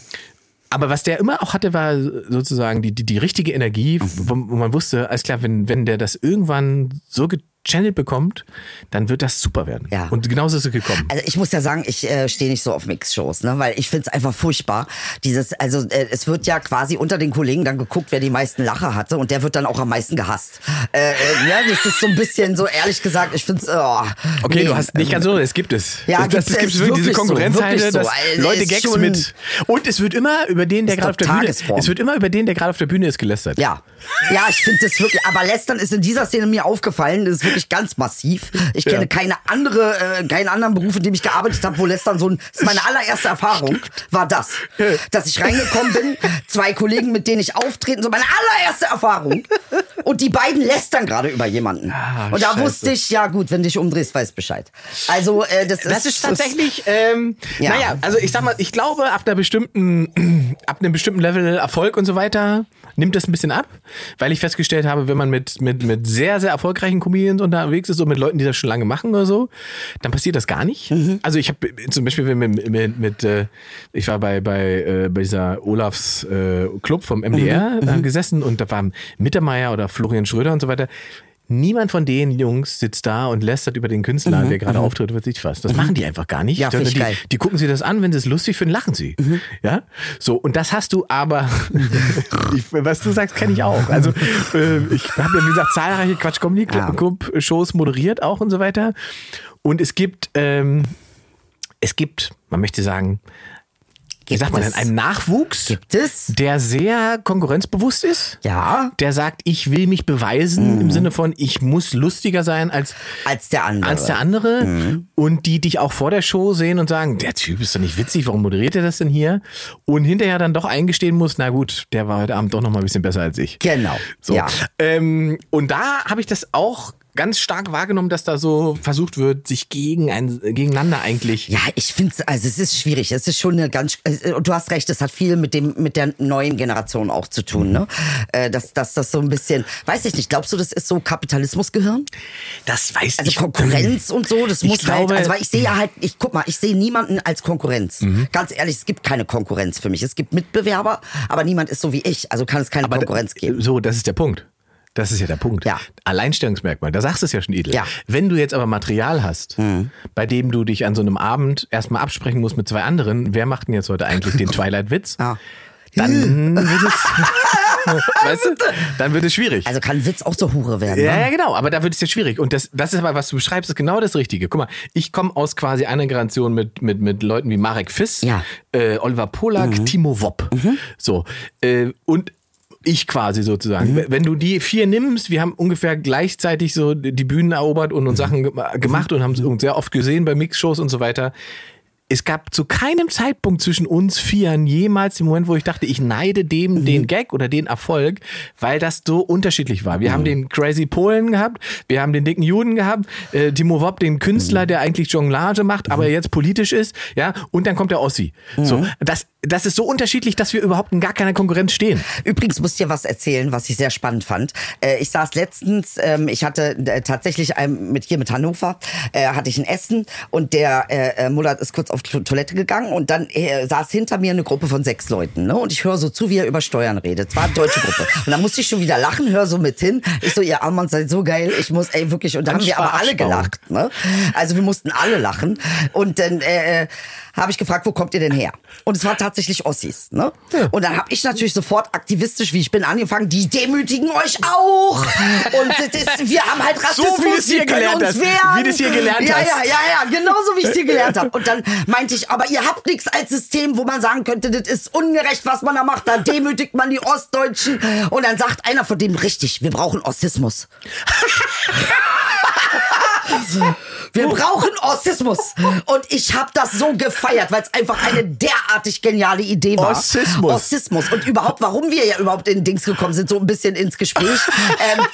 Speaker 2: Aber was der immer auch hatte, war sozusagen die, die, die richtige Energie,
Speaker 4: Mhm.
Speaker 2: wo, wo man wusste, alles klar, wenn, wenn der das irgendwann so gechannelt bekommt, dann wird das super werden.
Speaker 4: Ja.
Speaker 2: Und genauso ist es gekommen.
Speaker 4: Also ich muss ja sagen, ich äh, stehe nicht so auf Mix-Shows, ne? weil ich finde es einfach furchtbar. Dieses, also äh, es wird ja quasi unter den Kollegen dann geguckt, wer die meisten Lacher hatte und der wird dann auch am meisten gehasst. Äh, äh, ja, das ist so ein bisschen so ehrlich gesagt, ich finde es. Oh,
Speaker 2: Okay,
Speaker 4: nee. also
Speaker 2: du hast nicht ganz so, es gibt es.
Speaker 4: Ja,
Speaker 2: das,
Speaker 4: gibt
Speaker 2: das
Speaker 4: es
Speaker 2: gibt es wirklich, diese
Speaker 4: wirklich so,
Speaker 2: Konkurrenz
Speaker 4: wirklich so.
Speaker 2: dass
Speaker 4: Also,
Speaker 2: Leute
Speaker 4: ist
Speaker 2: Gags
Speaker 4: schon-
Speaker 2: mit. Und es wird immer über den, der
Speaker 4: Ist
Speaker 2: gerade auf
Speaker 4: doch
Speaker 2: der Bühne ist.
Speaker 4: Tagesform.
Speaker 2: Es wird immer über den, der gerade auf der Bühne ist, gelästert.
Speaker 4: Ja, ja, ich finde das wirklich. Aber lästern ist in dieser Szene mir aufgefallen. Das ist wirklich ganz massiv. Ich kenne
Speaker 2: Ja.
Speaker 4: keine andere, äh, keinen anderen Beruf, in dem ich gearbeitet habe, wo lästern so ein. Das ist meine allererste Erfahrung. War das, dass ich reingekommen bin, zwei Kollegen, mit denen ich auftreten, so meine allererste Erfahrung. Und die beiden lästern gerade über jemanden.
Speaker 2: Ah,
Speaker 4: Und da
Speaker 2: scheiße.
Speaker 4: wusste ich, ja gut, wenn du dich umdrehst, weiß Bescheid. Also äh, das,
Speaker 2: Das ist tatsächlich, ähm,
Speaker 4: Ja.
Speaker 2: naja, also ich sag mal, ich glaube, ab einer bestimmten, ab einem bestimmten Level Erfolg und so weiter nimmt das ein bisschen ab, weil ich festgestellt habe, wenn man mit, mit, mit sehr, sehr erfolgreichen Comedians unterwegs ist und mit Leuten, die das schon lange machen oder so, dann passiert das gar nicht.
Speaker 4: Mhm.
Speaker 2: Also ich habe zum Beispiel mit, mit, mit äh, ich war bei, bei, äh, bei dieser Olafs äh, Club vom
Speaker 4: Mhm.
Speaker 2: MDR äh, gesessen und da waren Mittermeier oder Florian Schröder und so weiter. Niemand von den Jungs sitzt da und lästert über den Künstler, der gerade auftritt, wird sich was. Das machen die einfach gar nicht.
Speaker 4: Mhm. Ja, find ich
Speaker 2: die,
Speaker 4: geil.
Speaker 2: die gucken sie das an, wenn sie es lustig finden, lachen sie.
Speaker 4: Mhm.
Speaker 2: Ja, so und das hast du aber. <laughs> ich, was du sagst, kenne ich auch. Also äh, ich habe ja wie gesagt zahlreiche Quatsch Comedy Club Shows moderiert auch und so weiter. Und es gibt ähm, es gibt, man möchte sagen, wie
Speaker 4: Gibt
Speaker 2: sagt man,
Speaker 4: es-
Speaker 2: denn, einen Nachwuchs,
Speaker 4: Gibt es?
Speaker 2: der sehr konkurrenzbewusst ist
Speaker 4: ja Mhm.
Speaker 2: der sagt, ich will mich beweisen im Sinne von, ich muss lustiger sein als,
Speaker 4: als der andere.
Speaker 2: als der andere
Speaker 4: Mhm.
Speaker 2: und die dich auch vor der Show sehen und sagen, der Typ ist doch nicht witzig, warum moderiert er das denn hier? Und hinterher dann doch eingestehen muss, na gut, der war heute Abend doch noch mal ein bisschen besser als ich.
Speaker 4: Genau.
Speaker 2: So.
Speaker 4: Ja.
Speaker 2: Ähm, und da habe ich das auch ganz stark wahrgenommen, dass da so versucht wird, sich gegen ein, gegeneinander eigentlich.
Speaker 4: Ja, ich finde es, also es ist schwierig. Es ist schon eine ganz, äh, und du hast recht, es hat viel mit dem, mit der neuen Generation auch zu
Speaker 2: Mhm.
Speaker 4: tun, ne? Äh, Dass, dass das so ein bisschen, weiß ich nicht, glaubst du, das ist so Kapitalismusgehirn?
Speaker 2: Das weiß
Speaker 4: Also
Speaker 2: ich.
Speaker 4: Konkurrenz und so, das
Speaker 2: Ich
Speaker 4: muss
Speaker 2: glaube- Mhm.
Speaker 4: halt, also weil ich sehe ja halt, ich guck mal, ich sehe niemanden als Konkurrenz. Ganz ehrlich, es gibt keine Konkurrenz für mich. Es gibt Mitbewerber, aber niemand ist so wie ich, also kann es keine Konkurrenz geben.
Speaker 2: So, das ist der Punkt. Das ist ja der Punkt.
Speaker 4: Ja.
Speaker 2: Alleinstellungsmerkmal, da sagst du es ja schon, Idel.
Speaker 4: Ja. Hm.
Speaker 2: Wenn du jetzt aber Material hast, bei dem du dich an so einem Abend erstmal absprechen musst mit zwei anderen, wer macht denn jetzt heute eigentlich
Speaker 4: <laughs>
Speaker 2: den Twilight-Witz?
Speaker 4: Ja. <laughs>
Speaker 2: Dann wird es, <laughs> weißt du, dann wird es schwierig.
Speaker 4: Also kann Witz auch zur Hure werden.
Speaker 2: Ja,
Speaker 4: ne?
Speaker 2: ja, genau, aber da wird es ja schwierig. Und das, das ist aber, was du beschreibst, ist genau das Richtige. Guck mal, ich komme aus quasi einer Generation mit, mit, mit Leuten wie Marek Fiss,
Speaker 4: Ja. Mhm.
Speaker 2: äh, Oliver Polak, Timo Wopp. So. Äh, und ich quasi sozusagen.
Speaker 4: Mhm.
Speaker 2: Wenn du die vier nimmst, wir haben ungefähr gleichzeitig so die Bühnen erobert
Speaker 4: Mhm.
Speaker 2: und uns Sachen ge- gemacht und haben es sehr oft gesehen bei Mixshows und so weiter. Es gab zu keinem Zeitpunkt zwischen uns Vieren jemals den Moment, wo ich dachte, ich neide dem
Speaker 4: Mhm.
Speaker 2: den Gag oder den Erfolg, weil das so unterschiedlich war. Wir haben
Speaker 4: Mhm.
Speaker 2: den Crazy Polen gehabt, wir haben den dicken Juden gehabt, äh, Timo Wob, den
Speaker 4: Mhm.
Speaker 2: Künstler, der eigentlich Jonglage macht, aber jetzt politisch ist, ja, und dann kommt der Ossi. So, das, das ist so unterschiedlich, dass wir überhaupt in gar keiner Konkurrenz stehen.
Speaker 4: Übrigens muss ich dir was erzählen, was ich sehr spannend fand. Äh, Ich saß letztens, ähm, ich hatte äh, tatsächlich ein- mit hier mit Hannover, äh, hatte ich ein Essen und der äh, äh, Muller ist kurz auf die Toilette gegangen und dann äh, saß hinter mir eine Gruppe von sechs Leuten. Ne? Und ich höre so zu, wie er über Steuern redet. Es war eine deutsche Gruppe. Und dann musste ich schon wieder lachen, höre so mit hin. Ich so, ihr Armann seid so geil. Ich muss, ey, wirklich. Und da haben wir aber alle
Speaker 2: Anspaß-
Speaker 4: gelacht gelacht. Ne? Also wir mussten alle lachen. Und dann äh, äh, habe ich gefragt, wo kommt ihr denn her? Und es war tatsächlich Ossis. Ne? Und dann habe ich natürlich sofort aktivistisch, wie ich bin, angefangen, die demütigen euch auch. Und das ist, wir haben halt
Speaker 2: So,
Speaker 4: Rassismus,
Speaker 2: wie du es hier
Speaker 4: wir können
Speaker 2: gelernt
Speaker 4: uns
Speaker 2: hast.
Speaker 4: wehren.
Speaker 2: Wie du es hier gelernt
Speaker 4: ja,
Speaker 2: hast.
Speaker 4: Ja, ja, ja, genauso wie ich es hier gelernt habe. Und dann meinte ich, aber ihr habt nichts als System, wo man sagen könnte, das ist ungerecht, was man da macht. Da demütigt man die Ostdeutschen. Und dann sagt einer von dem, richtig, wir brauchen Ossismus. Wir brauchen Ossismus. Und ich habe das so gefeiert, weil es einfach eine derartig geniale Idee war.
Speaker 2: Ossismus.
Speaker 4: Ossismus. Und überhaupt, warum wir ja überhaupt in Dings gekommen sind, so ein bisschen
Speaker 2: <laughs>
Speaker 4: ins Gespräch.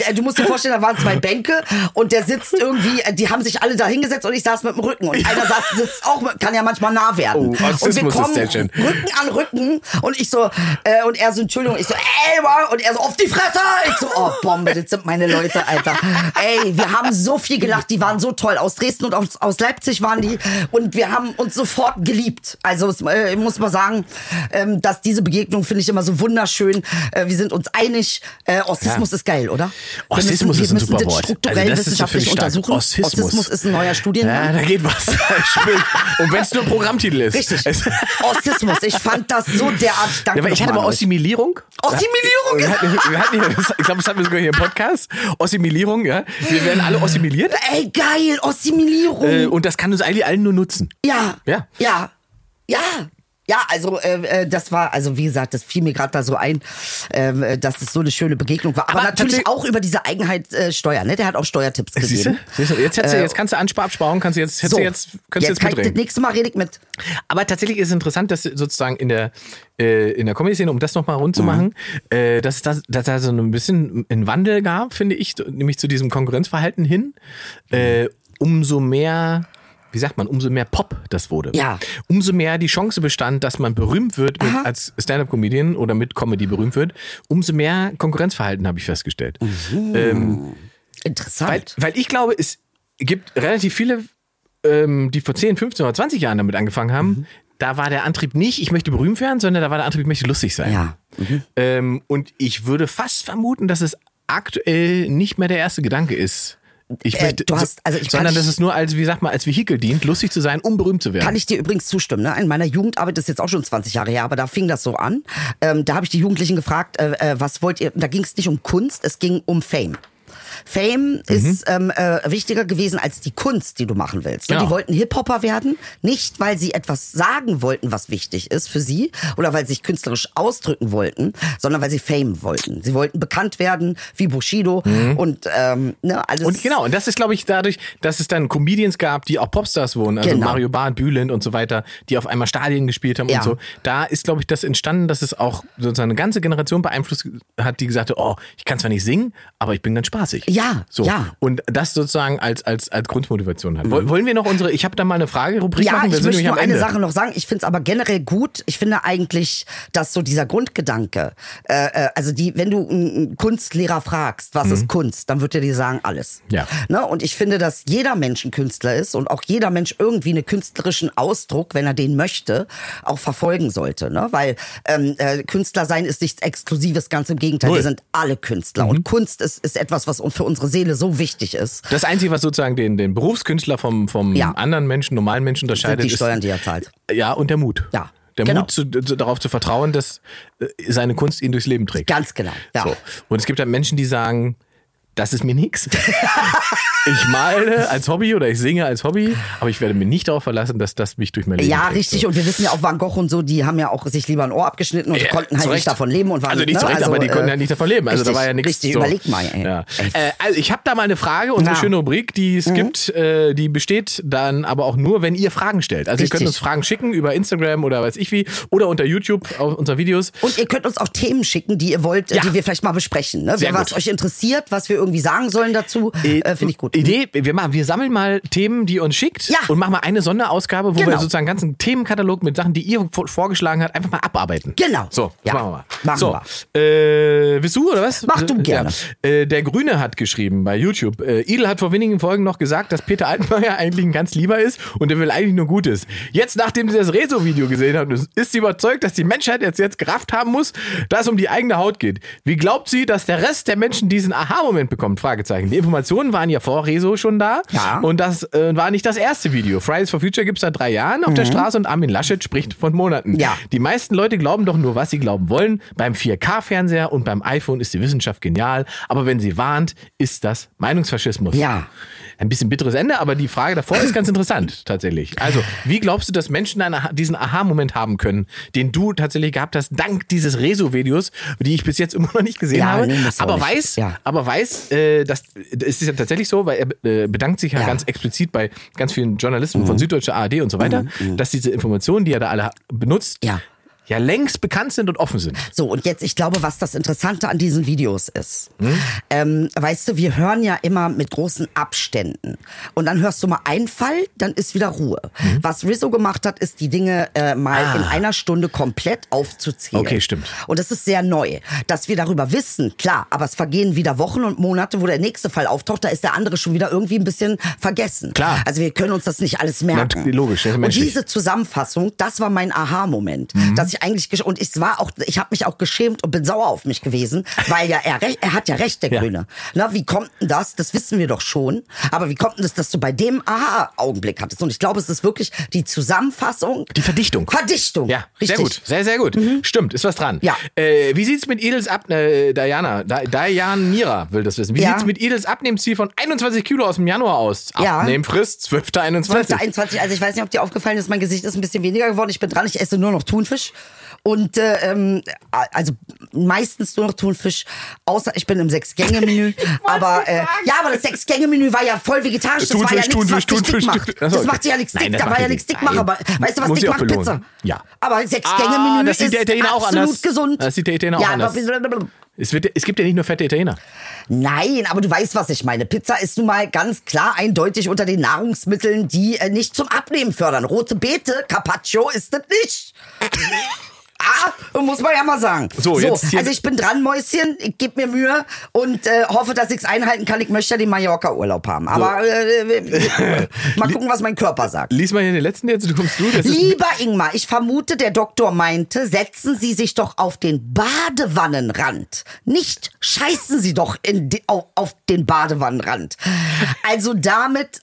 Speaker 4: ähm, du musst dir vorstellen, da waren zwei Bänke und der sitzt irgendwie, äh, die haben sich alle da hingesetzt und ich saß mit dem Rücken. Und einer saß, sitzt auch, mit- kann ja manchmal nah werden.
Speaker 2: Oh, Ossismus
Speaker 4: und wir
Speaker 2: ist
Speaker 4: kommen
Speaker 2: sehr schön.
Speaker 4: Rücken an Rücken und ich so, äh, und er so, Entschuldigung, ich so, ey, Mann, und er so, auf die Fresse! Ich so, oh, Bombe, das sind meine Leute, Alter. Ey, wir haben so viel gelacht, die waren so toll. Aus Dresden und aus, aus Leipzig waren die. Und wir haben uns sofort geliebt. Also es, äh, muss man sagen, ähm, dass diese Begegnung finde ich immer so wunderschön. Äh, wir sind uns einig. Äh, Ossismus ist geil, oder? Wir
Speaker 2: Ossismus
Speaker 4: müssen,
Speaker 2: ist ein
Speaker 4: wir müssen
Speaker 2: super
Speaker 4: das
Speaker 2: Wort.
Speaker 4: strukturell
Speaker 2: Also das ist
Speaker 4: wissenschaftlich
Speaker 2: natürlich stark.
Speaker 4: untersuchen.
Speaker 2: Ossismus.
Speaker 4: ist ein neuer Studiengang.
Speaker 2: Ja, da geht
Speaker 4: <laughs>
Speaker 2: was. Und wenn es nur ein Programmtitel ist. <laughs>
Speaker 4: Richtig.
Speaker 2: Es-
Speaker 4: Ossismus. Ich fand das so derartig. Danke
Speaker 2: Ja, aber ich hatte mal
Speaker 4: nochmal,
Speaker 2: Ossimilierung.
Speaker 4: Ossimilierung
Speaker 2: Oh, Wir
Speaker 4: ist-
Speaker 2: hatten, wir hatten hier, ich glaube, das hatten wir sogar hier im Podcast. Ossimilierung, ja. Wir werden alle ossimiliert.
Speaker 4: Leute. Ey, geil. Ossimilierung.
Speaker 2: Äh, und das kann uns eigentlich allen nur nutzen.
Speaker 4: Ja.
Speaker 2: Ja.
Speaker 4: Ja. Ja. Ja, also äh, äh, das war, also wie gesagt, das fiel mir gerade da so ein, ähm, äh, dass es so eine schöne Begegnung war. Aber,
Speaker 2: Aber
Speaker 4: natürlich
Speaker 2: tatsächlich-
Speaker 4: auch über diese Eigenheit äh, Steuer, ne? Der hat auch Steuertipps
Speaker 2: Siehst
Speaker 4: gegeben.
Speaker 2: du? Siehst du? Jetzt, hättest du, jetzt kannst du ansparen, absparen, kannst du jetzt, hättest
Speaker 4: Äh, So,
Speaker 2: du jetzt, kannst jetzt, jetzt
Speaker 4: kann ich, das
Speaker 2: mitreden.
Speaker 4: nächste Mal rede ich mit.
Speaker 2: Aber tatsächlich ist es interessant, dass sozusagen in der, äh, in der Comedy-Szene, um das nochmal rund zu machen, äh, dass, das, dass da so ein bisschen einen Wandel gab, finde ich, nämlich zu diesem Konkurrenzverhalten hin, äh, umso mehr. Wie sagt man, umso mehr Pop das wurde.
Speaker 4: Ja.
Speaker 2: Umso mehr die Chance bestand, dass man berühmt wird mit, als Stand-up-Comedian oder mit Comedy berühmt wird, umso mehr Konkurrenzverhalten habe ich festgestellt.
Speaker 4: Interessant.
Speaker 2: Weil, weil ich glaube, es gibt relativ viele, ähm, die vor 10, 15 oder 20 Jahren damit angefangen haben.
Speaker 4: Mhm.
Speaker 2: Da war der Antrieb nicht, ich möchte berühmt werden, sondern da war der Antrieb, ich möchte lustig sein.
Speaker 4: Ja.
Speaker 2: Ähm, und ich würde fast vermuten, dass es aktuell nicht mehr der erste Gedanke ist. Ich
Speaker 4: Äh,
Speaker 2: möchte,
Speaker 4: du hast- also ich kann
Speaker 2: sondern
Speaker 4: nicht-
Speaker 2: dass es nur als, wie sagt man, als Vehikel dient, lustig zu sein, um berühmt zu werden.
Speaker 4: Kann ich dir übrigens zustimmen. Ne? In meiner Jugendarbeit das ist jetzt auch schon 20 Jahre her, aber da fing das so an. Ähm, da habe ich die Jugendlichen gefragt, äh, äh, was wollt ihr? Und Da ging es nicht um Kunst, es ging um Fame.
Speaker 2: Mhm.
Speaker 4: Fame ist ähm, äh, wichtiger gewesen als die Kunst, die du machen willst. Ne?
Speaker 2: Genau.
Speaker 4: Die wollten Hip-Hopper werden, nicht weil sie etwas sagen wollten, was wichtig ist für sie oder weil sie sich künstlerisch ausdrücken wollten, sondern weil sie Fame wollten. Sie wollten bekannt werden, wie Bushido und ähm, ne, alles.
Speaker 2: Mhm. und genau, und das ist, glaube ich, dadurch, dass es dann Comedians gab, die auch Popstars wurden, also
Speaker 4: Genau.
Speaker 2: Mario Barth, Bülent und so weiter, die auf einmal Stadien gespielt haben
Speaker 4: Ja.
Speaker 2: und so. Da ist, glaube ich, das entstanden, dass es auch sozusagen eine ganze Generation beeinflusst hat, die gesagt hat, oh, ich kann zwar nicht singen, aber ich bin ganz spaßig.
Speaker 4: Ja,
Speaker 2: so.
Speaker 4: ja. Mhm.
Speaker 2: Und das sozusagen als, als, als Grundmotivation hat. Woll- Wollen wir noch unsere, ich habe da mal eine Frage-Rubrik
Speaker 4: Ja,
Speaker 2: machen, wir
Speaker 4: ich
Speaker 2: sind
Speaker 4: möchte
Speaker 2: nämlich
Speaker 4: nur
Speaker 2: am
Speaker 4: eine
Speaker 2: Ende.
Speaker 4: Sache noch sagen. Ich finde es aber generell gut. Ich finde eigentlich, dass so dieser Grundgedanke, äh, äh, also die, wenn du einen Kunstlehrer fragst, was ist Kunst, dann wird er dir sagen, alles.
Speaker 2: Mhm. Ja.
Speaker 4: Ne? Und ich finde, dass jeder Mensch ein Künstler ist und auch jeder Mensch irgendwie einen künstlerischen Ausdruck, wenn er den möchte, auch verfolgen sollte. Ne? Weil ähm, äh, Künstler sein ist nichts Exklusives, ganz im Gegenteil.
Speaker 2: Null. Mhm.
Speaker 4: Wir sind alle Künstler. Und Kunst ist, ist etwas, was für unsere Seele so wichtig ist.
Speaker 2: Das Einzige, was sozusagen den, den Berufskünstler vom, vom
Speaker 4: Ja.
Speaker 2: anderen Menschen, normalen Menschen
Speaker 4: Sind
Speaker 2: unterscheidet,
Speaker 4: die
Speaker 2: ist,
Speaker 4: Steuern, die er zahlt.
Speaker 2: Ja, und der Mut.
Speaker 4: Ja,
Speaker 2: Der
Speaker 4: genau.
Speaker 2: Mut, zu, zu, darauf zu vertrauen, dass äh, seine Kunst ihn durchs Leben trägt.
Speaker 4: Ganz genau. Ja.
Speaker 2: So. Und es gibt dann Menschen, die sagen, das ist mir nichts. <laughs> Ich male als Hobby oder ich singe als Hobby, aber ich werde mir nicht darauf verlassen, dass das mich durch mein Leben
Speaker 4: Ja,
Speaker 2: trägt.
Speaker 4: richtig.
Speaker 2: So.
Speaker 4: Und wir wissen ja auch, Van Gogh und so, die haben ja auch sich lieber ein Ohr abgeschnitten und
Speaker 2: Ja,
Speaker 4: konnten halt
Speaker 2: zu
Speaker 4: nicht
Speaker 2: Recht.
Speaker 4: davon leben und waren
Speaker 2: also nicht zu
Speaker 4: ne?
Speaker 2: Recht, aber die konnten
Speaker 4: äh,
Speaker 2: ja nicht davon leben. Also
Speaker 4: richtig,
Speaker 2: da war ja nichts.
Speaker 4: Richtig,
Speaker 2: so.
Speaker 4: überleg mal. Ey.
Speaker 2: Ja.
Speaker 4: Ey,
Speaker 2: Äh, also ich habe da mal eine Frage, unsere
Speaker 4: Ja. Mhm.
Speaker 2: schöne Rubrik, die es gibt, äh, die besteht dann aber auch nur, wenn ihr Fragen stellt. Also ihr
Speaker 4: Richtig.
Speaker 2: könnt uns Fragen schicken über Instagram oder weiß ich wie oder unter YouTube auf unsere Videos.
Speaker 4: Und ihr könnt uns auch Themen schicken, die ihr wollt, äh,
Speaker 2: Ja.
Speaker 4: die wir vielleicht mal besprechen. Ne?
Speaker 2: Sehr
Speaker 4: was
Speaker 2: gut.
Speaker 4: euch interessiert, was wir irgendwie sagen sollen dazu, äh, finde ich gut.
Speaker 2: Idee, wir, machen, wir sammeln mal Themen, die ihr uns schickt
Speaker 4: Ja.
Speaker 2: und machen mal eine Sonderausgabe, wo wir
Speaker 4: Genau.
Speaker 2: sozusagen einen ganzen Themenkatalog mit Sachen, die ihr vor- vorgeschlagen habt, einfach mal abarbeiten.
Speaker 4: Genau.
Speaker 2: So, das
Speaker 4: Ja.
Speaker 2: machen wir mal.
Speaker 4: Machen
Speaker 2: so, Äh, willst du oder was?
Speaker 4: Mach du
Speaker 2: Äh,
Speaker 4: gerne.
Speaker 2: Ja. Äh, der Grüne hat geschrieben bei YouTube, äh, Idel hat vor wenigen Folgen noch gesagt, dass Peter Altmaier <laughs> eigentlich ein ganz lieber ist und er will eigentlich nur Gutes. Jetzt, nachdem sie das Rezo-Video gesehen haben, ist sie überzeugt, dass die Menschheit jetzt, jetzt gerafft haben muss, dass es um die eigene Haut geht. Wie glaubt sie, dass der Rest der Menschen diesen Aha-Moment bekommt? Fragezeichen. Die Informationen waren ja vor Rezo schon da
Speaker 4: Ja.
Speaker 2: und das äh, war nicht das erste Video. Fridays for Future gibt es seit drei Jahren auf der Straße und Armin Laschet spricht von Monaten.
Speaker 4: Mhm. Ja.
Speaker 2: Die meisten Leute glauben doch nur, was sie glauben wollen. Beim 4K-Fernseher und beim iPhone ist die Wissenschaft genial, aber wenn sie warnt, ist das Meinungsfaschismus.
Speaker 4: Ja.
Speaker 2: Ein bisschen bitteres Ende, aber die Frage davor ist ganz interessant tatsächlich. Also, wie glaubst du, dass Menschen einen, Aha- diesen Aha-Moment haben können, den du tatsächlich gehabt hast, dank dieses Rezo-Videos, die ich bis jetzt immer noch nicht gesehen
Speaker 4: Ja,
Speaker 2: habe,
Speaker 4: nee, muss auch
Speaker 2: aber
Speaker 4: nicht.
Speaker 2: weiß,
Speaker 4: Ja.
Speaker 2: aber weiß, äh, dass es ist ja tatsächlich so, weil er äh, bedankt sich ja,
Speaker 4: Ja. Mhm.
Speaker 2: ganz explizit bei ganz vielen Journalisten von Süddeutsche ARD und so weiter, dass diese Informationen, die er da alle benutzt,
Speaker 4: Ja.
Speaker 2: ja längst bekannt sind und offen sind.
Speaker 4: So, und jetzt, ich glaube, was das Interessante an diesen Videos ist. Ähm, weißt du, wir hören ja immer mit großen Abständen. Und dann hörst du mal einen Fall, dann ist wieder Ruhe. Was Rizzo gemacht hat, ist die Dinge äh, mal in einer Stunde komplett aufzuziehen.
Speaker 2: Ah. Okay, stimmt.
Speaker 4: Und das ist sehr neu. Dass wir darüber wissen, klar, aber es vergehen wieder Wochen und Monate, wo der nächste Fall auftaucht, da ist der andere schon wieder irgendwie ein bisschen vergessen.
Speaker 2: Klar.
Speaker 4: Also wir können uns das nicht alles merken.
Speaker 2: Nat- logisch, das ist
Speaker 4: und
Speaker 2: menschlich.
Speaker 4: diese Zusammenfassung, das war mein Aha-Moment,
Speaker 2: Mhm.
Speaker 4: dass ich eigentlich gesch- und ich war auch, ich habe mich auch geschämt und bin sauer auf mich gewesen, weil ja er, recht- er hat ja recht, der
Speaker 2: <laughs> Ja.
Speaker 4: Grüne. Na, wie kommt denn das? Das wissen wir doch schon. Aber wie kommt denn das, dass du bei dem Aha-Augenblick hattest? Und ich glaube, es ist wirklich die Zusammenfassung,
Speaker 2: Die Verdichtung.
Speaker 4: Verdichtung.
Speaker 2: Ja,
Speaker 4: Oh, richtig. Mhm.
Speaker 2: sehr gut, sehr, sehr gut. Stimmt, ist was dran.
Speaker 4: Ja.
Speaker 2: Äh, wie sieht's mit Edels ab, äh, Diana, Di Diana Mira will das wissen. Wie
Speaker 4: Ja.
Speaker 2: sieht's mit Edels Abnehmziel von 21 Kilo aus dem Januar aus?
Speaker 4: Ja.
Speaker 2: Abnehmfrist 12.21.
Speaker 4: 21, also ich weiß nicht, ob dir aufgefallen ist, mein Gesicht ist ein bisschen weniger geworden. Ich bin dran, ich esse nur noch Thunfisch. Und äh, ähm, also meistens nur noch Thunfisch, außer ich bin im
Speaker 2: <laughs>
Speaker 4: Sechs-Gänge-Menü. aber äh, ja, aber das Sechs-Gänge-Menü war ja voll vegetarisch. Das war ja
Speaker 2: Thunfisch,
Speaker 4: nichts,
Speaker 2: Thunfisch,
Speaker 4: was dich dick
Speaker 2: Thunfisch,
Speaker 4: macht.
Speaker 2: Thunfisch. Achso,
Speaker 4: Das
Speaker 2: okay.
Speaker 4: macht ja nichts dick,
Speaker 2: Nein, das
Speaker 4: da war
Speaker 2: macht
Speaker 4: ja
Speaker 2: die-
Speaker 4: nichts dick macht. Aber
Speaker 2: Nein.
Speaker 4: weißt du, was
Speaker 2: Muss
Speaker 4: dick
Speaker 2: ich auch
Speaker 4: macht? Pizza.
Speaker 2: belohnen. Ja.
Speaker 4: Aber Sechs-Gänge-Menü
Speaker 2: Ah, das
Speaker 4: ist
Speaker 2: sieht der Italiener auch
Speaker 4: absolut
Speaker 2: anders.
Speaker 4: gesund.
Speaker 2: Das sieht der Italiener auch
Speaker 4: ja,
Speaker 2: anders.
Speaker 4: Aber,
Speaker 2: Es, wird, es gibt ja nicht nur fette Italiener.
Speaker 4: Nein, aber du weißt, was ich meine. Pizza ist nun mal ganz klar eindeutig unter den Nahrungsmitteln, die äh, nicht zum Abnehmen fördern. Rote Beete, Carpaccio ist das nicht. Ah, muss man ja mal sagen.
Speaker 2: So, jetzt hier-
Speaker 4: also ich bin dran, Mäuschen. Ich gebe mir Mühe und äh, hoffe, dass ich es einhalten kann. Ich möchte ja den Mallorca-Urlaub haben. Aber äh, mal gucken, was mein Körper sagt.
Speaker 2: Lies mal hier den letzten jetzt, du kommst du. Das ist
Speaker 4: Lieber Ingmar, ich vermute, der Doktor meinte, setzen Sie sich doch auf den Badewannenrand. Nicht scheißen Sie doch in de, au- auf den Badewannenrand. Also damit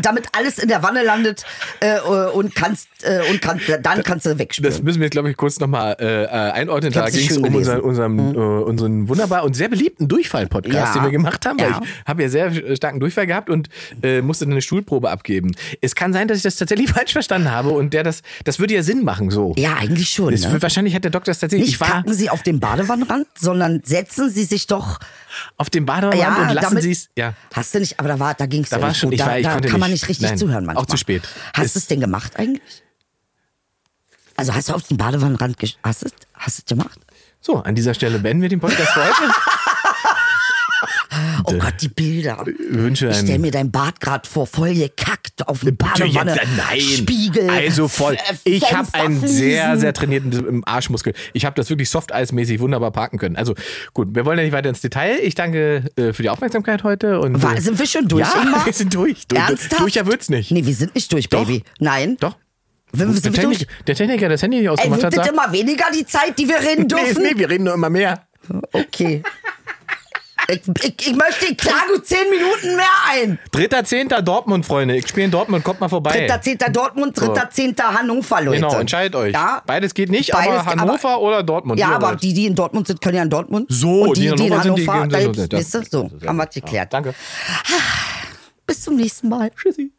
Speaker 4: damit alles in der Wanne landet äh, und kannst äh, und kann, dann kannst du
Speaker 2: Das
Speaker 4: wegspülen.
Speaker 2: müssen wir jetzt, glaube ich, kurz nochmal äh, äh, einordnen.
Speaker 4: Ich
Speaker 2: Da
Speaker 4: hab's nicht
Speaker 2: ging es
Speaker 4: schön
Speaker 2: um unseren,
Speaker 4: gelesen. Hm.
Speaker 2: unseren, äh, unseren wunderbar und sehr beliebten Durchfall-Podcast,
Speaker 4: Ja.
Speaker 2: den wir gemacht haben.
Speaker 4: Ja.
Speaker 2: Weil ich habe ja sehr äh, starken Durchfall gehabt und äh, musste eine Stuhlprobe abgeben. Es kann sein, dass ich das tatsächlich <laughs> falsch verstanden habe und der das, das würde ja Sinn machen so.
Speaker 4: Ja, eigentlich schon.
Speaker 2: Es
Speaker 4: Ne?
Speaker 2: wird- Wahrscheinlich hat der Doktor das tatsächlich.
Speaker 4: Nicht
Speaker 2: ich war
Speaker 4: kacken Sie auf den Badewannenrand, sondern setzen Sie sich doch
Speaker 2: auf dem Badewanne
Speaker 4: Ja,
Speaker 2: und lassen
Speaker 4: damit-
Speaker 2: Sie es. Ja.
Speaker 4: Hast du nicht, aber da war, da ging es
Speaker 2: Da
Speaker 4: ja
Speaker 2: war
Speaker 4: nicht
Speaker 2: schon-
Speaker 4: gut.
Speaker 2: ich
Speaker 4: da
Speaker 2: war- ich
Speaker 4: da
Speaker 2: konnte
Speaker 4: kann man
Speaker 2: nicht.
Speaker 4: nicht richtig
Speaker 2: Nein,
Speaker 4: zuhören
Speaker 2: auch
Speaker 4: manchmal.
Speaker 2: zu spät.
Speaker 4: Hast
Speaker 2: Es-
Speaker 4: du es denn gemacht eigentlich? Also hast du auf den Badewannenrand gesch- hast du es hast du es gemacht?
Speaker 2: So, an dieser Stelle beenden wir den Podcast für
Speaker 4: <laughs>
Speaker 2: heute.
Speaker 4: Oh Gott, die Bilder.
Speaker 2: wünsche
Speaker 4: ich
Speaker 2: einen-
Speaker 4: stell mir dein Bad gerade vor, voll gekackt auf dem Badewanne.
Speaker 2: Natürlich jetzt- nein.
Speaker 4: Spiegel.
Speaker 2: Also voll.
Speaker 4: F- äh,
Speaker 2: Ich habe einen
Speaker 4: Fensterfliesen.
Speaker 2: sehr, sehr trainierten Arschmuskel. Ich habe das wirklich softeismäßig wunderbar parken können. Also gut, wir wollen ja nicht weiter ins Detail. Ich danke äh, für die Aufmerksamkeit heute. Und,
Speaker 4: Wa-
Speaker 2: äh,
Speaker 4: sind wir schon durch?
Speaker 2: Ja, <laughs>
Speaker 4: Ingmar?
Speaker 2: wir sind durch. durch
Speaker 4: Ernsthaft?
Speaker 2: Durch ja wird's nicht.
Speaker 4: Nee, wir sind nicht durch, Baby. Nein.
Speaker 2: Doch.
Speaker 4: Wir,
Speaker 2: der,
Speaker 4: sind wir durch?
Speaker 2: Technik, der Techniker, der das Handy nicht
Speaker 4: Ey,
Speaker 2: ausgemacht
Speaker 4: wird
Speaker 2: hat,
Speaker 4: das
Speaker 2: sagt,
Speaker 4: immer weniger die Zeit, die wir
Speaker 2: <laughs>
Speaker 4: reden
Speaker 2: nee,
Speaker 4: dürfen?
Speaker 2: nee, wir reden nur immer mehr.
Speaker 4: Okay. Ich, ich, ich möchte, ich klage zehn Minuten mehr ein.
Speaker 2: Dritter, Zehnter Dortmund, Freunde. Ich spiele in Dortmund, kommt mal vorbei.
Speaker 4: Dritter, Zehnter Dortmund, dritter, Zehnter Hannover, Leute.
Speaker 2: Genau, entscheidet euch.
Speaker 4: Ja,
Speaker 2: Beides geht nicht,
Speaker 4: Beides
Speaker 2: aber
Speaker 4: geht-
Speaker 2: Hannover oder Dortmund.
Speaker 4: ja
Speaker 2: wie ihr
Speaker 4: aber
Speaker 2: wollt.
Speaker 4: die, die in Dortmund sind, können ja in Dortmund.
Speaker 2: So,
Speaker 4: Und die,
Speaker 2: die
Speaker 4: die
Speaker 2: in
Speaker 4: in Hannover,
Speaker 2: Hannover sind, die
Speaker 4: da
Speaker 2: gehen-
Speaker 4: gibt's- wisst ihr, so, haben wir es geklärt.
Speaker 2: Danke.
Speaker 4: Bis zum nächsten Mal.
Speaker 2: Tschüssi.